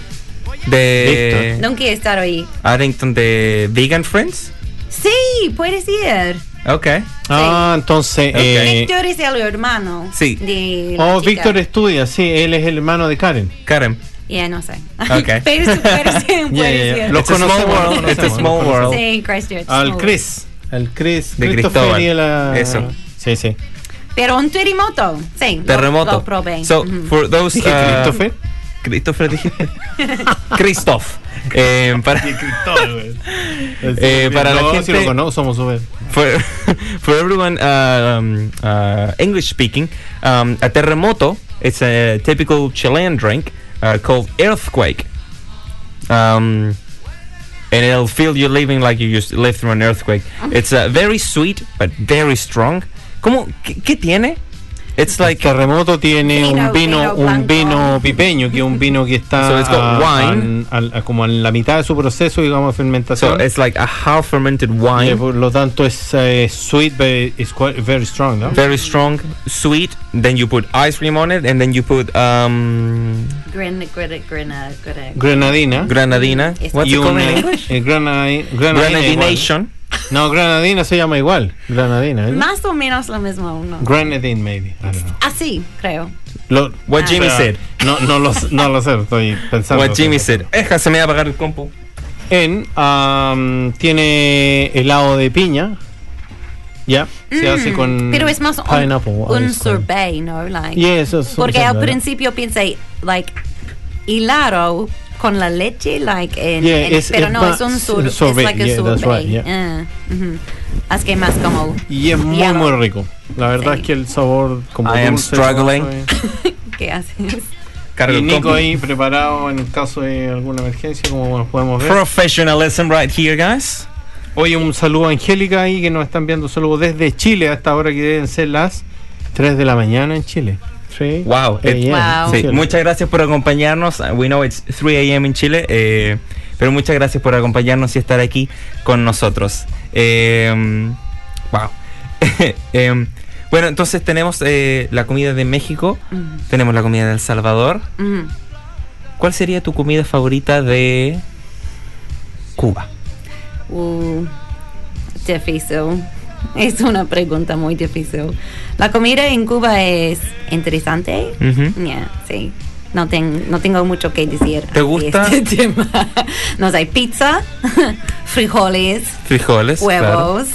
De
Víctor.
Nunca he estado ahí.
Arrington de Vegan Friends.
Sí, puede ser.
Ok.
Ah, entonces.
Ok.
eh,
Víctor es el hermano.
Sí.
De la
oh,
chica.
Víctor estudia, sí, él es el hermano de Karen.
Karen.
Yeah, no sé.
Ok.
Pero su parecen,
Yeah, yeah, yeah. Lo-
It's a small
conocemos, lo
world. It's a
conocemos,
small
lo conocemos.
world.
Sí, Christchurch.
Al
no.
Chris. Al Chris.
De
Christopher
Cristóbal.
y la-
Eso.
Sí, sí.
Pero un terremoto, sí. lo-
Terremoto.
Lo, probé.
So,
Ujú.
for those.
Dije,
uh,
Christopher.
Christopher dijiste. Christoph. Eh, para, Eh, para la
No, si
gente-
lo conozco, somos super.
for, for everyone uh, um, uh, English speaking, um, a terremoto it's a typical Chilean drink uh, called earthquake. Um, and it'll feel you living like you used lived through an earthquake. It's uh, very sweet but very strong. ¿Cómo? ¿Qué, qué tiene? It's like
Terremoto tiene
Vino,
un vino,
vino
un
blanco.
vino pipeño, que es un vino que está
So it's got
a-
wine.
al- al- como en la mitad de su proceso, digamos, de
so
fermentación.
it's like a half fermented
Y,
wine.
por lo tanto es eh, sweet, but it's quite, very strong, ¿no?
very strong, sweet. Then you put ice cream on it, and then you put um,
Gren, gren, gren, gren.
Granadina.
granadina.
Yes.
What's
y
it called in
una-
English?
eh, granadi- Este granadina igual.
Granadination.
No, granadina se llama igual. Granadina. ¿eh?
Más o menos lo mismo, ¿no?
Grenadine, maybe. I don't know.
Así, creo.
Lo-
What
Ah.
Jimmy
o sea,
said.
No, no, lo, s- no lo sé, estoy pensando.
What Jimmy said. Eja, se me va a apagar el compu.
En, am, tiene helado de piña. Ya, se
Mm,
hace con.
Pero es más un,
pineapple
un
ice cream.
sorbet, ¿no? Like,
Y eso es un
porque al
sorbet.
principio pensé, like, hilaro con la leche, like, en,
Yeah,
en-
it's-
pero
it's
no,
not
es un
s-
sor- it's
sorbet,
like a
yeah, that's
sorbet.
right, yeah.
Ah, ujú. Así que más como
Y es muy,
Hielo.
muy rico. La verdad
Sí.
es que el sabor. Como
I am
dulce,
struggling.
¿no?
¿Qué haces?
Cargo
Y
el
Nico
compu.
ahí preparado en caso de alguna emergencia, como nos podemos ver.
Professionalism right here, guys.
Oye, un saludo a Angélica ahí que nos están viendo saludos desde Chile hasta ahora que deben ser las 3 de la mañana en Chile. Sí.
Wow,
Eh,
it-
yeah,
Wow.
sí.
Sí, muchas gracias por acompañarnos. Uh, We know it's 3 a.m. en Chile, eh, pero muchas gracias por acompañarnos y estar aquí con nosotros. Eh, wow. Em, bueno, entonces tenemos eh, la comida de México,
Ujú,
tenemos la comida de El Salvador.
ujú.
¿Cuál sería tu comida favorita de Cuba?
Uh, difícil. Es una pregunta muy difícil. La comida en Cuba es interesante.
Ujú.
Yeah, sí. No, ten- no tengo mucho que decir.
¿Te gusta?
de Este tema. No sé, pizza, frijoles,
Frijoles, claro.
huevos.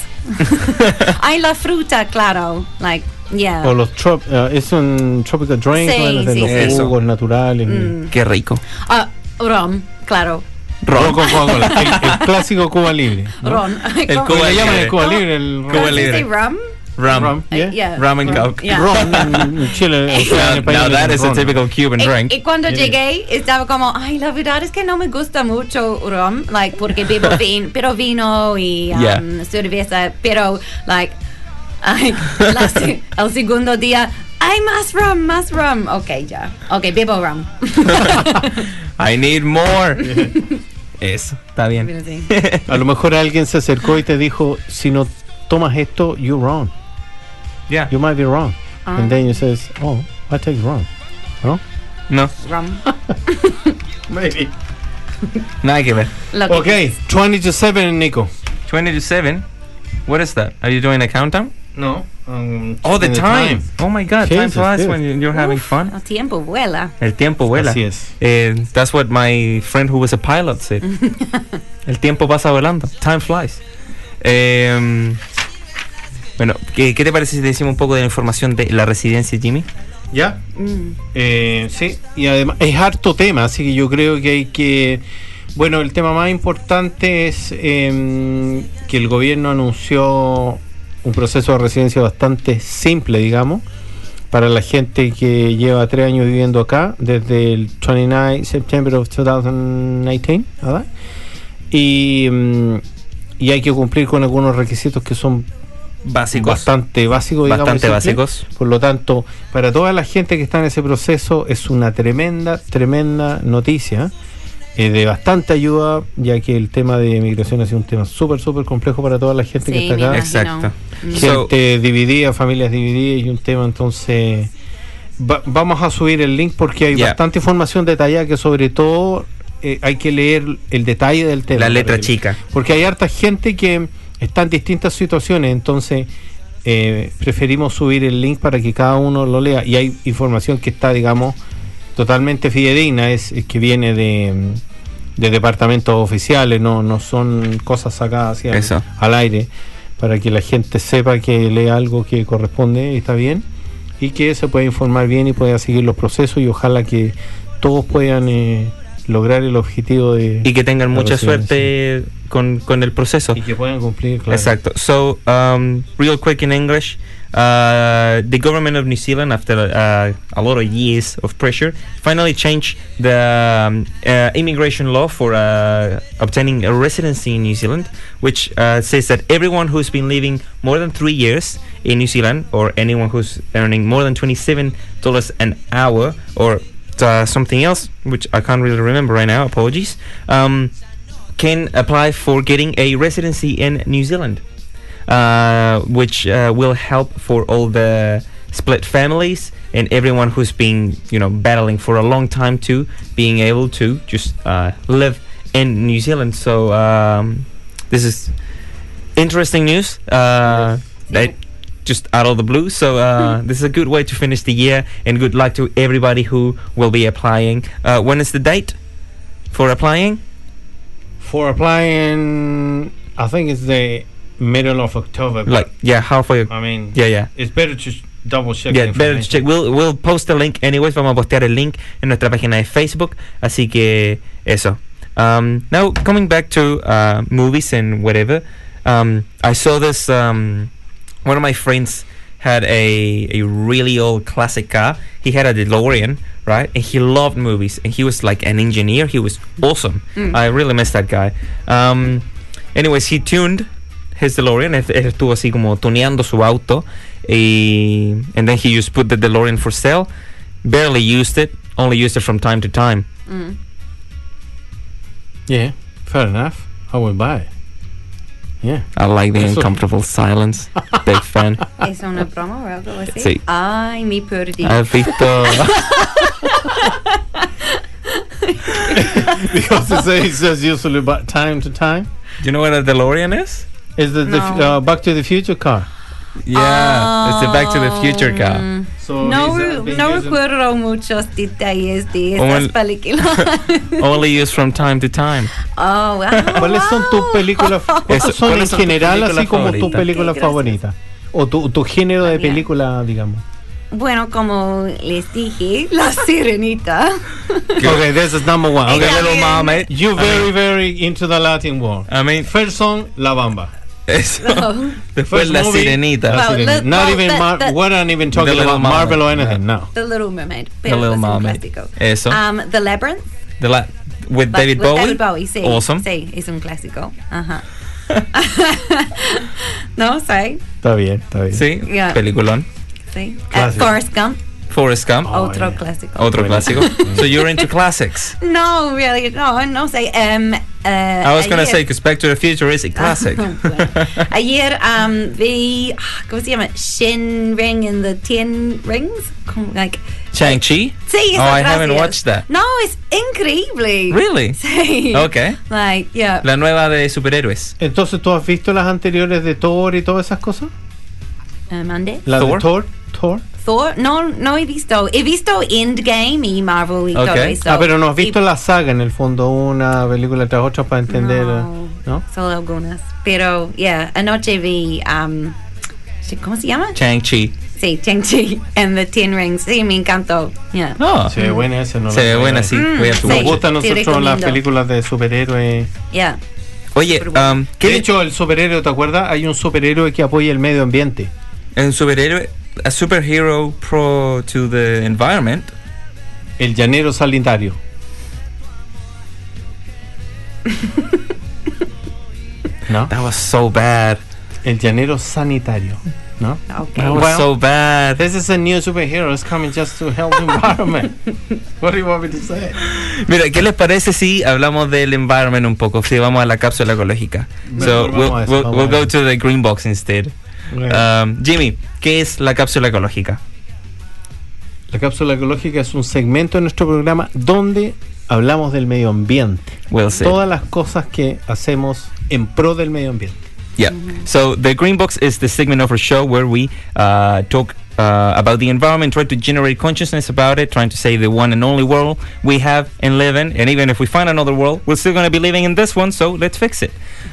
Hay la fruta, claro. Like, yeah.
O los trop, eh, es un tropical drink,
Sí,
bueno, de
sí,
los
sí.
jugos naturales.
Mm.
Qué rico.
Ah, ron, claro.
Ron con Coca-Cola,
Eh,
el, el clásico Cuba Libre. ¿no?
Ron.
El
¿Cómo-
¿Cómo
Cuba
le llaman
Libre.
el Cuba Libre? El
cómo
Cuba
se
Libre.
dice rum?
Rum.
Rum,
Eh,
yeah.
yeah,
Rum and
rum,
Coke.
yeah.
Rum, en Chile. o sea, en
Now,
España
now
le
that
dicen
is a
ron.
typical Cuban
Y-
drink.
Y, cuando
Yeah.
llegué estaba como, ay, la verdad es que no me gusta mucho rum, like, porque bebo vino, pero vino y um,
Yeah.
cerveza, pero, like, ay, la se- el segundo día, ay, más rum, más rum. Ok, ya. Ok, bebo rum.
I need more. Eso, está bien.
Pero sí.
A lo mejor alguien se acercó y te dijo, si no tomas esto, you're wrong.
Ya.
You might be wrong.
Ah.
And then you says, oh, I take wrong.
No,
Rum.
Maybe.
nada que ver.
Lo que
Okay, 20 to 7, Nico.
20 to 7. What is that? Are you doing a countdown?
No. um,
Oh, the time. Oh my god, time
Jesus,
flies
dude.
when you- you're having fun.
El tiempo vuela.
El tiempo vuela.
Así es.
Eh, that's what my friend who was a pilot said. El tiempo pasa volando. Time flies. Em, bueno, ¿qué, qué te parece si te decimos un poco de la información de la residencia, Jimmy?
¿Ya?
Mm.
Eh, sí, y además es harto tema, así que yo creo que hay que... Bueno, el tema más importante es em, que el gobierno anunció un proceso de residencia bastante simple, digamos, para la gente que lleva tres años viviendo acá, desde el 29 de septiembre de 2018, ¿verdad? Y, mm, y hay que cumplir con algunos requisitos que son
Básicos.
bastante básicos, digamos.
bastante
simples.
básicos.
Por lo tanto, para toda la gente que está en ese proceso es una tremenda, tremenda noticia, eh, de bastante ayuda, ya que el tema de migración ha sido un tema súper, súper complejo para toda la gente
Sí,
que está
me
acá.
imagino.
Exacto.
Mm.
Sí.
Gente dividida, familias divididas y un tema entonces... va- vamos a subir el link porque hay
Ya.
bastante información detallada que sobre todo eh, hay que leer el detalle del tema.
La letra
para que-
chica.
porque hay harta gente que está en distintas situaciones, entonces eh, preferimos subir el link para que cada uno lo lea. Y hay información que está, digamos, totalmente fidedigna, es, es que viene de, mm, de departamentos oficiales, no, no son cosas sacadas así al-
Eso.
al aire. para que la gente sepa que lee algo que corresponde, está bien, y que se pueda informar bien y pueda seguir los procesos y ojalá que todos puedan eh, lograr el objetivo de...
Y que tengan
la
mucha
residencia.
suerte con, con el proceso.
Y que puedan cumplir, claro.
Exacto. So, um, real quick in English, uh, the government of New Zealand, after uh, a lot of years of pressure, finally changed the um, uh, immigration law for uh, obtaining a residency in New Zealand, which uh, says that everyone who's been living more than three years in New Zealand, or anyone who's earning more than twenty-seven dollars an hour, or uh, something else, which I can't really remember right now. Apologies. Um, can apply for getting a residency in New Zealand, uh, which uh, will help for all the split families and everyone who's been, you know, battling for a long time to being able to just uh, live in New Zealand. So um, this is interesting news. Uh, that just out of the blue. So uh, this is a good way to finish the year, and good luck to everybody who will be applying. Uh, when is the date for applying?
For applying, I think it's the middle of October. but
Like, yeah, halfway.
I mean,
Yeah, yeah.
it's better to double check.
Yeah,
the
better to
Uh, information.
check. We'll, we'll post the link anyways. Vamos a postear el link en nuestra página de Facebook. Así que eso. Um, now, coming back to uh, movies and whatever, um, I saw this. Um, one of my friends had a, a really old classic car. He had a DeLorean, right? And he loved movies. And he was like an engineer. He was awesome. I really miss that guy. Um, anyways, he tuned his DeLorean. Él- él estuvo así como tuneando su auto. Y, and then he just put the DeLorean for sale. Barely used it. Only used it from time to time.
Mm.
Yeah, fair enough. I will buy. Yeah.
I like the
Eso-
uncomfortable silence. Big fan.
¿Es una broma o algo así?
Sí. Ah,
Ay, me perdí.
¿Has visto?
because it says, it says usually but time to time.
Do you know what a DeLorean is?
Is the, the f-
No.
uh, Back to the Future car?
Yeah, it's the Back to the Future car.
Um,
So uh,
No, re- no recuerdo muchos detalles de
O
este, estas
el-
películas.
Only used from time to time.
oh, wow.
¿Cuáles son tus películas?
Eso, ¿cuáles
¿Cuáles son en
son tus
general así
películas
como tus
favoritas?
películas
Ok, gracias.
favoritas? O tu, tu género de
También.
película, digamos.
Bueno, como les dije, La Sirenita.
Okay, this is number one.
Okay,
Okay.
Little Mermaid.
You very, very into the Latin world.
eh? I mean,
First song, La Bamba.
eso.
No.
Después
First
la
movie, La
sirenita.
Well,
Sirenita.
let-
Not
well,
even,
that-
Mar-
that-
we're not even talking
Little
about
Mermaid.
Marvel or anything,
Yeah.
no.
The Little Mermaid.
The
Pero
Little
es un
Mermaid.
clásico.
Eso.
Um, the Labyrinth.
The la- with
but
David
with
Bowie.
David Bowie, sí.
Awesome.
Sí, es un clásico. Ajá. no, sí.
Está bien, está bien.
Sí,
Yeah.
peliculón.
sí. Uh,
Clásico.
Forrest Gump,
Forrest Gump.
Oh,
otro
yeah.
clásico.
Otro
Bueno.
clásico. so you're into classics.
No, really, no, no sé. Um, eh,
I was going to say,
ayer-
because Back to the Future is a classic.
Ah, Bueno, Oh, Ayer um, vi, ah, ¿cómo se llama? Shin Ring and the Ten Rings. Como, like,
Shang-Chi?
sí,
Oh,
esas
I haven't
gracias.
watched that.
No, es increíble.
Really?
Sí.
Okay.
Like, yeah.
La nueva de superhéroes.
Entonces, ¿tú has visto las anteriores de Thor y todas esas cosas?
Uh, ¿Mande?
La
Thor.
de Thor, Thor.
Thor? No, no he visto. He visto Endgame y Marvel y
Ok.
todo eso.
ah, pero no has
Y-
visto la saga en el fondo, una película tras otra para entender,
No,
eh, ¿no?
solo algunas. Pero, yeah, anoche vi, um, ¿cómo se llama?
Shang-Chi.
Sí, Chang-Chi and the Ten Rings. Sí, me encantó. Yeah.
Oh.
Se ve buena esa, no
Se ve buena, sí.
Mm,
Voy a tu
Nos
Sí,
gustan a
te
nosotros las
recomiendo.
películas de superhéroes.
Yeah.
Oye, um, ¿qué
De hecho, el superhéroe, ¿te acuerdas? Hay un superhéroe que apoya el medio ambiente.
un superhéroe, a superhero pro to the environment.
El llanero sanitario. ¿No?
That was so bad.
El llanero sanitario. ¿No?
Okay.
That was
Well,
so bad.
This is a new superhero. It's coming just to help the environment. What do you want me to say?
Mira, ¿qué les parece si hablamos del environment un poco? Si vamos a la cápsula ecológica. So,
Mejor
we'll,
vamos a eso,
we'll-
vamos
we'll
a
go
eso.
to the green box instead.
Ah,
Um, Jimmy, ¿qué es la cápsula ecológica?
La cápsula ecológica es un segmento de nuestro programa donde hablamos del medio ambiente.
Will said.
Todas las cosas que hacemos en pro del medio ambiente.
Yeah. So the green box is the segment of our show where we uh, talk uh, about the environment, try to generate consciousness about it, trying to save the one and only world we have and live in. And even if we find another world, we're still going to be living in this one, so let's fix it.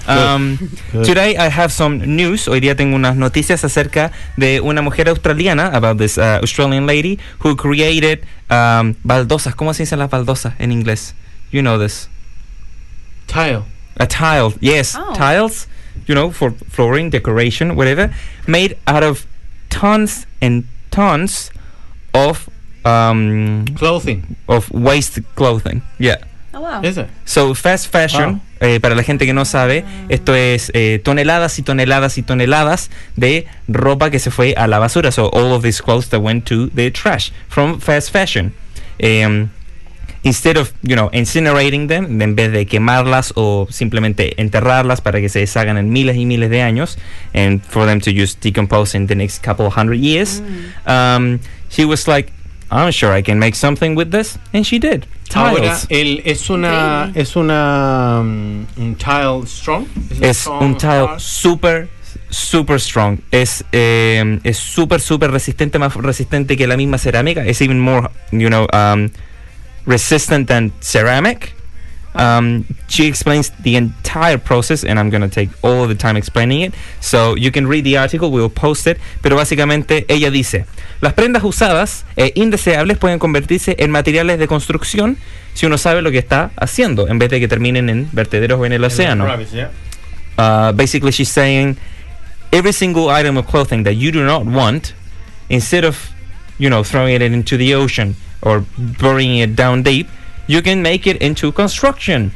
Um,
Good.
Today I have some news. Hoy día tengo unas noticias acerca de una mujer australiana, about this uh, Australian lady who created um, baldosas. ¿Cómo se dicen las baldosas en inglés? You know this.
Tile.
a tile yes
Oh.
tiles you know for flooring decoration whatever made out of tons and tons of um
Clothing.
of waste clothing yeah
Oh, wow.
Ese.
So, fast fashion, eh, para la gente que no sabe, esto es eh, toneladas y toneladas y toneladas de ropa que se fue a la basura. So, all of these clothes that went to the trash from fast fashion. Em, instead of, you know, incinerating them, en vez de quemarlas o simplemente enterrarlas para que se deshagan en miles y miles de años, and for them to just decompose in the next couple of hundred years, um, she was like, I'm sure I can make something with this, and she did.
Ahora,
Tiles.
el, es una.
Increíble.
Es una. mm, un tile strong.
es
strong
un tile
art.
super super strong es eh, es super super resistente más resistente que la misma cerámica es even more you know um, resistant than ceramic um, she explains the entire process and I'm gonna take all of the time explaining it so you can read the article we'll post it pero básicamente ella dice las prendas usadas e indeseables pueden convertirse en materiales de construcción si uno sabe lo que está haciendo en vez de que terminen en vertederos o en el océano
Rubbish, yeah.
uh, basically she's saying every single item of clothing that you do not want instead of you know throwing it into the ocean or burying it down deep you can make it into construction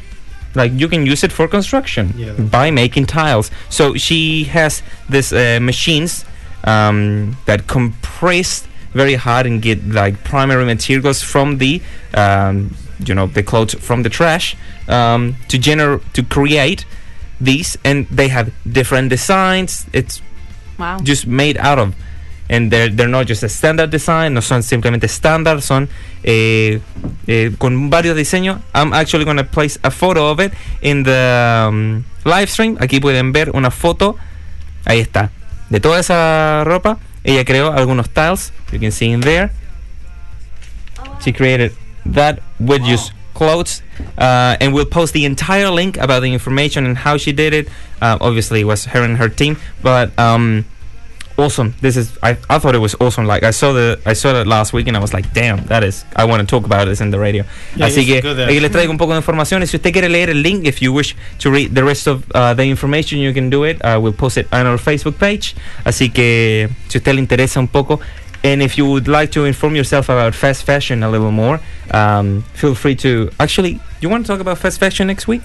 like you can use it for construction
Yeah.
by making tiles so she has this uh, machines um, that compress very hard and get like primary materials from the um, you know the clothes from the trash um, to generate to create these and they have different designs it's
Wow.
just made out of and they're, they're not just a standard design no son simplemente estándar son eh, eh, con varios diseños I'm actually gonna place a photo of it in the um, live stream aquí pueden ver una foto ahí está de toda esa ropa ella creó algunos tiles you can see in there she created that with just clothes uh, and we'll post the entire link about the information and how she did it uh, obviously it was her and her team but um, awesome this is I, I thought it was awesome like I saw the I saw it last week and I was like damn that is I want to talk about this in the radio
Yeah,
así
it's
que
good, eh.
aquí les traigo un poco de información y si usted quiere leer el link if you wish to read the rest of uh, the information you can do it uh, we'll post it on our Facebook page así que si usted le interesa un poco And if you would like to inform yourself about fast fashion a little more, um, feel free to. Actually, you want to talk about fast fashion next week?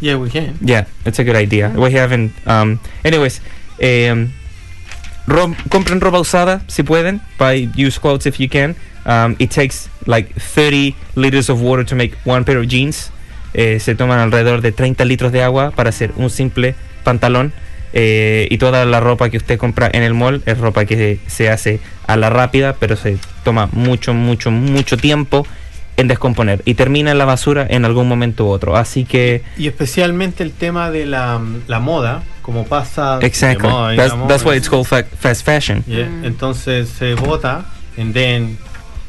Yeah, we can.
Yeah, that's a good idea. We haven't. Um, anyways, um, rom- compren ropa usada si pueden. Buy used clothes if you can. Um, it takes like 30 liters of water to make one pair of jeans. Eh, se toman alrededor de 30 litros de agua para hacer un simple pantalón. Eh, y toda la ropa que usted compra en el mall es ropa que se hace a la rápida, pero se toma mucho, mucho, mucho tiempo en descomponer y termina en la basura en algún momento u otro. Así que
Y especialmente el tema de la, um, la moda, como pasa. de
Exactly.
moda en
that's
la moda.
that's why it's called fa- fast fashion.
Yeah,
Mm.
Entonces se vota, and then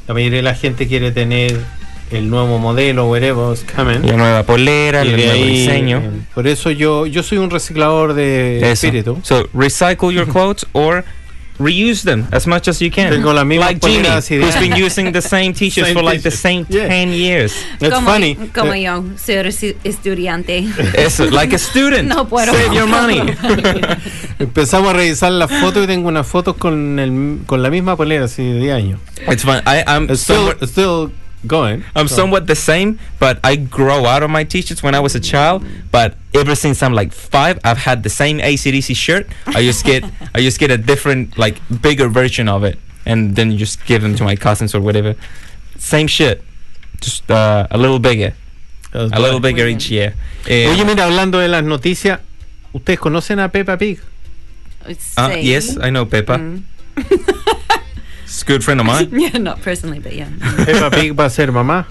la mayoría de la gente quiere tener el nuevo modelo, whatever's coming.
La nueva polera,
Y
el
de
nuevo
ahí,
diseño.
eh, por eso yo, yo soy un reciclador de
Eso.
espíritu.
So recycle your clothes or reuse them as much as you can.
Tengo la misma
like Jimmy,
polera así de-
who's been using the same t-shirts
Same
for like the same
t-shirt. Yeah.
10 years.
That's
como,
funny.
Como
Eh,
yo, ser estu- estudiante.
Eso, like a student.
No puedo.
Save your money.
Empezamos a revisar las fotos y tengo unas fotos con, el, con la misma polera, así de 10 años.
it's fun. I, I'm
It's Still,
somewhat-
it's still going.
I'm
So-
somewhat the same, but I grow out of my t-shirts when I was a child. But ever since I'm like five, I've had the same ACDC shirt. I just get I just get a different, like bigger version of it, and then just give them to my cousins or whatever. Same shit, just uh, a little bigger, a little bigger each year. Eh,
Oye, mira, hablando de las noticias, ¿ustedes conocen a Peppa Pig?
uh,
Sí.
yes, I know Peppa.
Mm.
It's a good friend of mine.
Yeah, not personally, but yeah.
Peppa Pig va a ser mamá.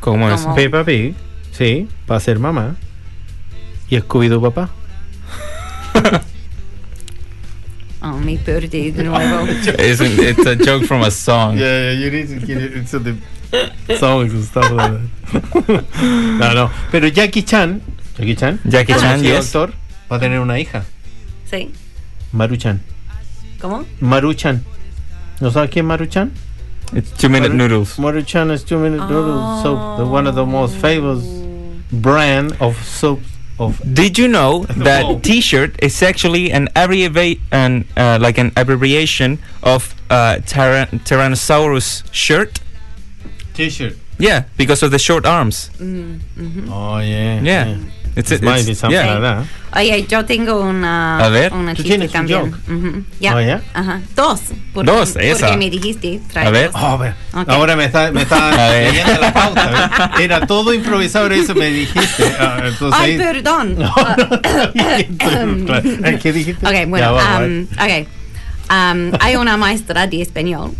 Como es?
Como-
Peppa Pig, sí, va a ser mamá. Y Scooby-Doo papá.
Oh, me perdí de nuevo.
It's, an- it's a joke from a song.
Yeah, yeah, you need to get it into the songs and stuff like that. no, no. Pero Jackie Chan, Jackie Chan,
Jackie Chan,
conocido
yes.
actor, va a tener una hija,
¿Sí?
Maruchan.
¿Cómo?
Maruchan. ¿No sabes quién es Maruchan?
It's two minute noodles.
Maruchan is two minute noodle soap,
Ah.
the one of the most famous brand of soap of
Did you know
Whoa.
that T-shirt is actually an abbrevi- an uh, like an abbreviation of uh, tyran- Tyrannosaurus shirt?
t-shirt.
Yeah, because of the short arms.
Mm, mhm.
Oh yeah.
Yeah. It's,
It might be something
yeah.
like that.
Oye, yo tengo una.
A ver.
una
Tú
chiste
tienes un
también.
joke.
Ujú, ya.
Oh, ya.
Ajá. Dos. porque-
Dos, esa.
Porque me dijiste. trae
A ver.
dos.
Oh, ve-
Ok.
Ahora me está, me está
A ver.
leyendo la pauta. ¿ves? Era todo improvisado, pero eso me dijiste. Ah, entonces
Ay,
ahí-
perdón.
No,
Ah,
no, no, claro. Ay, ¿Qué dijiste?
Ok, bueno, um,
Ya, vamos,
am,
¿eh?
ok. Am, hay una maestra de español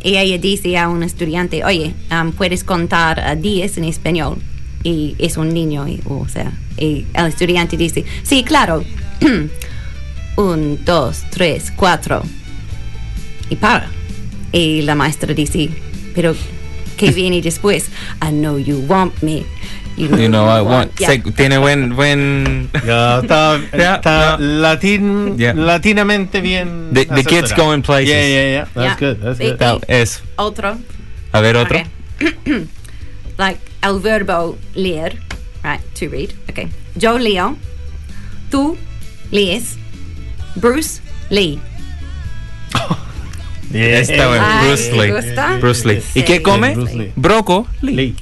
y ella dice a un estudiante, oye, am, puedes contar a 10 en español. Y es un niño, y, o sea, y el estudiante dice, sí, claro. un, dos, tres, cuatro. Y para. Y la maestra dice, pero ¿qué viene después? I know you want me.
You know, I want.
yeah.
sec- Tiene buen buen.
a ver. Ya está,
Yeah,
está
no.
latin,
Yeah.
latinamente bien.
The- the kids
asesorado.
go in places.
Yeah, yeah, yeah. That's
Yeah.
good. That's
They-
good.
That es.
Otro.
A ver otro.
Okay. like el verbo leer, right? To read. Okay. Yo leo. Tú lees. Bruce lee.
Yeah.
Está bueno.
Ay,
Bruce
¿te
Lee.
gusta?
Bruce Lee.
Sí.
¿Y qué come?
Bruce Lee.
Broco. Lee.
Lee.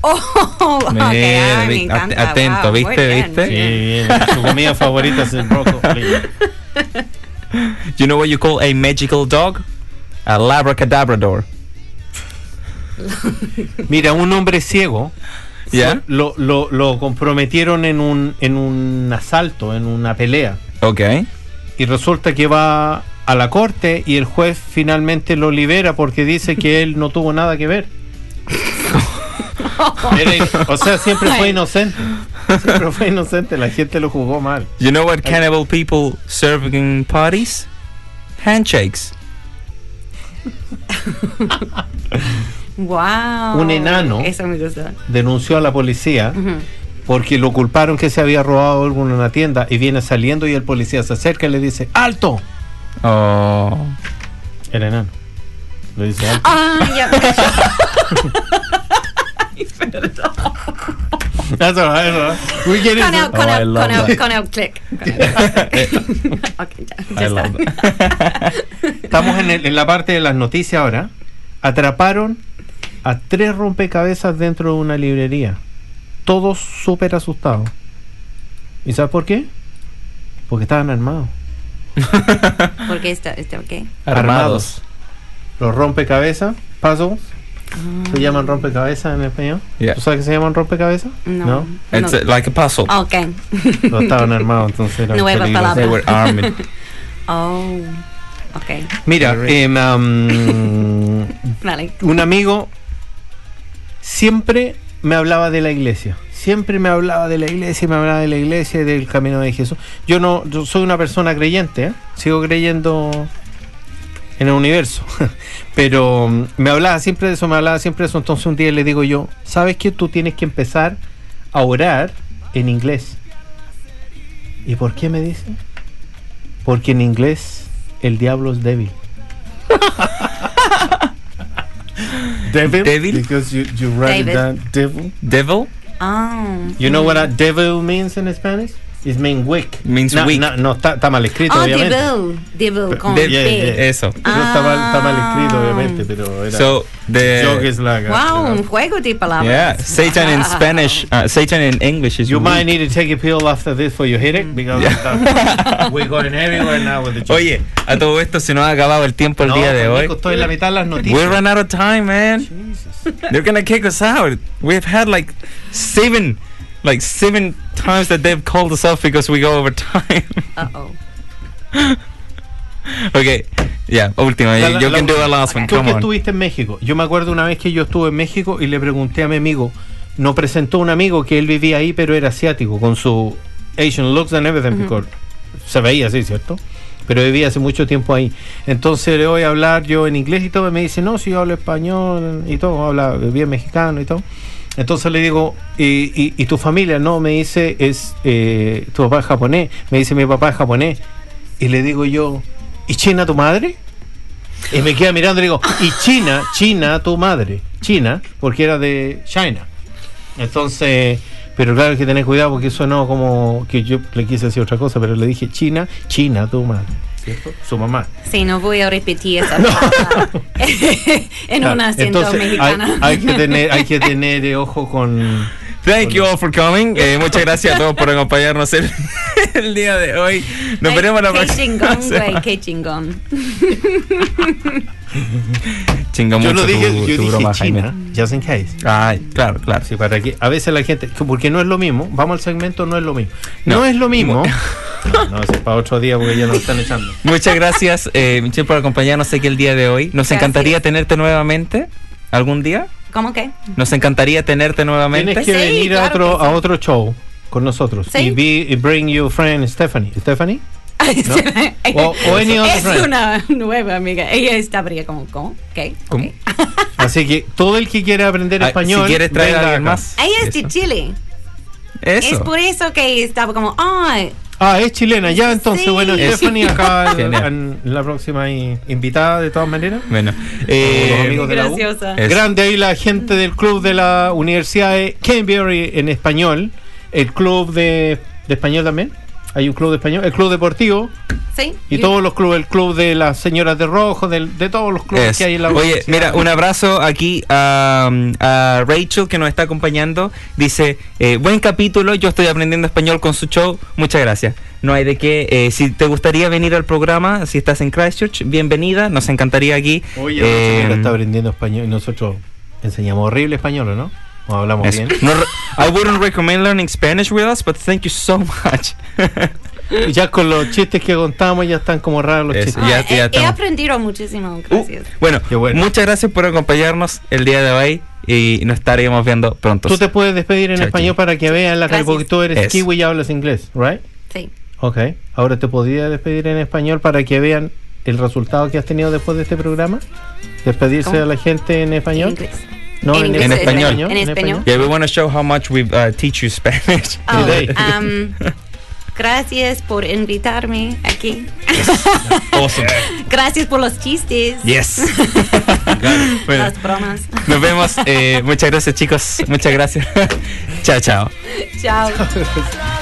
Oh, okay.
Mira,
ay, me
vi-
encanta.
at- atento,
Wow, muy
¿viste?
bien,
¿viste?
muy
Sí,
bien.
bien. Su comida favorita es el brócoli.
You know what you call a magical dog? A labracadabrador.
Mira, un hombre ciego
Yeah.
lo, lo, lo comprometieron en un, en un asalto, en una pelea.
Okay.
Y resulta que va a la corte y el juez finalmente lo libera porque dice que él no tuvo nada que ver. Era in- o sea, siempre fue inocente. Siempre fue inocente. La gente lo jugó mal.
You know what cannibal people serve in parties? Handshakes.
Wow.
Un enano.
Eso me gusta.
Denunció a la policía
Ujú.
porque lo culparon que se había robado algo en una tienda y viene saliendo y el policía se acerca y le dice ¡Alto!
Oh.
El enano. Le dice alto.
Ah, ya.
That's all right, all right. We get
Con el,
it.
con
Oh, I
el,
love
con el,
that.
con el click. Con el click. ok, ya, ya
I
está.
love that.
Estamos en, el- en la parte de las noticias ahora. Atraparon a tres rompecabezas dentro de una librería. Todos súper asustados. ¿Y sabes por qué? Porque estaban armados.
Porque está, está ok.
Armados. Los rompecabezas, puzzles, se llaman rompecabezas en español.
Yeah.
¿Tú sabes que se llaman rompecabezas?
No.
It's
no.
uh, like a puzzle.
Ah,
ok.
No estaban armados, entonces eran
Nueva
peligrosos.
palabra.
They were armed.
Oh. Ok.
Mira, em, um, am,
Vale.
un amigo siempre me hablaba de la iglesia. Siempre me hablaba de la iglesia, me hablaba de la iglesia y del camino de Jesús. Yo no, yo soy una persona creyente, ¿eh? sigo creyendo en el universo. Pero mm, me hablaba siempre de eso, me hablaba siempre de eso. Entonces un día le digo yo, ¿sabes que tú tienes que empezar a orar en inglés? ¿Y por qué me dice? Porque en inglés el diablo es débil. devil,
Devil?
Because you, you write it
David.
down, devil.
Devil
Ah.
You know what a devil means in Spanish? It means weak.
Means
no,
weak.
No, no, está, está mal escrito,
Ah,
obviamente.
Devil. Devil con
De-
Oh, yeah,
B.
yeah. Ah.
eso.
Pero está, mal, está mal escrito,
Ah.
obviamente, pero era...
So
joke
the
is like...
Wow, un juego de palabras.
yeah, Satan in
Wow.
Spanish, uh, Satan in English is
You might
weak.
need to take a pill after this for your headache because
Yeah.
we're going everywhere now with the joke.
Oye, a todo esto se nos ha acabado el tiempo el
No,
día de hoy.
Nico, estoy en la mitad de las
We
noticias.
run out of time, man.
Jesus.
They're gonna kick us out. We've had like seven, like seven times that they've called us off because we go over time.
Uh-oh.
okay, yeah, última.
La-
You,
la-
you
la-
can do a last one.
Tú
Come
que
on.
estuviste en México. Yo me acuerdo una vez que yo estuve en México y le pregunté a mi amigo, nos presentó un amigo que él vivía ahí pero era asiático con su Asian looks and everything because se veía así, ¿cierto? Pero vivía hace mucho tiempo ahí. Entonces le voy a hablar yo en inglés y todo. Y me dice, no, si yo hablo español y todo, habla bien mexicano y todo. Entonces le digo, ¿y, y- y tu familia? No, me dice, es eh, tu papá es japonés. Me dice, mi papá es japonés. Y le digo yo, ¿y China tu madre? Y me queda mirando y digo, ¿y China, China tu madre? China, porque era de China. Entonces, pero claro hay que tener cuidado porque sonó como que yo le quise decir otra cosa, pero le dije China, China, tu madre, ¿cierto? Su mamá.
Sí, no voy a repetir esa palabra en un
Ah,
Claro,
acento
hay,
mexicano.
hay que tener, hay que tener eh, ojo con.
Thank you all for coming. Eh, muchas gracias a todos por acompañarnos el, el día de hoy. Nos
Ay,
veremos la
qué
próxima.
chingón, güey,
semana.
qué chingón.
Chinga
Yo
mucho
lo dije,
tu,
yo
tu
dije
broma, Jaime.
China, just in case.
Ay, claro, claro.
Sí, para que a veces la gente, porque no es lo mismo, vamos al segmento, no es lo mismo. No,
No.
es lo mismo. No, no, eso es para otro día porque ya nos están echando.
Muchas gracias, eh, Michelle, por acompañarnos aquí el día de hoy. Nos
Gracias.
encantaría tenerte nuevamente algún día.
¿Cómo que?
Nos encantaría tenerte nuevamente.
Tienes que
Sí,
venir a
claro
otro
que sí.
a otro show con nosotros
Sí.
y, be- y bring your friend Stephanie. Stephanie? O- o any other
es
friend.
una nueva amiga. Ella estaría como, ¿cómo? ¿Qué?
¿Cómo?
Ok.
Así que todo el que quiera aprender
Ah,
español,
si quieres traer a
venga
alguien
acá.
más.
Ah, Ella es de
Eso.
Chile. Es
Eso.
por eso que estaba como, ay,
Ah, es chilena, ya entonces,
Sí.
bueno,
Es-
Stephanie acá en,
Genial.
en la próxima i- invitada de todas maneras.
Bueno,
Los
eh,
amigos de la U.
graciosa.
Es-
Grande ahí la gente del club de la Universidad de Cambridge en español, el club de, de español también. Hay un club de español, el club deportivo
Sí.
y
yo-
todos los clubes, el club de las señoras de rojo, del- de todos los clubes
es.
que hay en la
Oye,
universidad.
mira, un abrazo aquí a, a Rachel que nos está acompañando. Dice, eh, buen capítulo, yo estoy aprendiendo español con su show. Muchas gracias. No hay de qué. eh, si te gustaría venir al programa, si estás en Christchurch, bienvenida. Nos encantaría aquí.
Oye,
Eh,
la señora está aprendiendo español y nosotros enseñamos horrible español, ¿o ¿no? O hablamos
Eso.
bien.
No re- I wouldn't recommend learning Spanish with us, but thank you so much.
Y Ya con los chistes que contamos ya están como raros los
Eso,
chistes.
Ah,
ya- ya
he- he,
estamos.
aprendido muchísimo,
Uh,
gracias.
bueno,
Qué bueno.
muchas gracias por acompañarnos el día de hoy y nos estaremos viendo pronto.
Ah, Tú te puedes despedir en
Chao,
español
chao.
para que vean la cara,
Gracias.
porque tú eres
Eso.
kiwi y hablas inglés, ¿right?
sí.
Ok. Ahora te podría despedir en español para que vean el resultado que has tenido después de este programa. Despedirse
¿Cómo?
a la gente en español.
En inglés.
No,
En
en,
inglés,
en
español.
español.
En español.
Yeah, we want to show how much we uh, teach you Spanish.
Oh,
Today.
um, gracias por invitarme aquí.
Awesome.
gracias por los chistes.
Yes. Bueno.
Las bromas.
Nos eh, vemos. eh, muchas gracias, chicos. Muchas gracias. chao, chao.
Chao.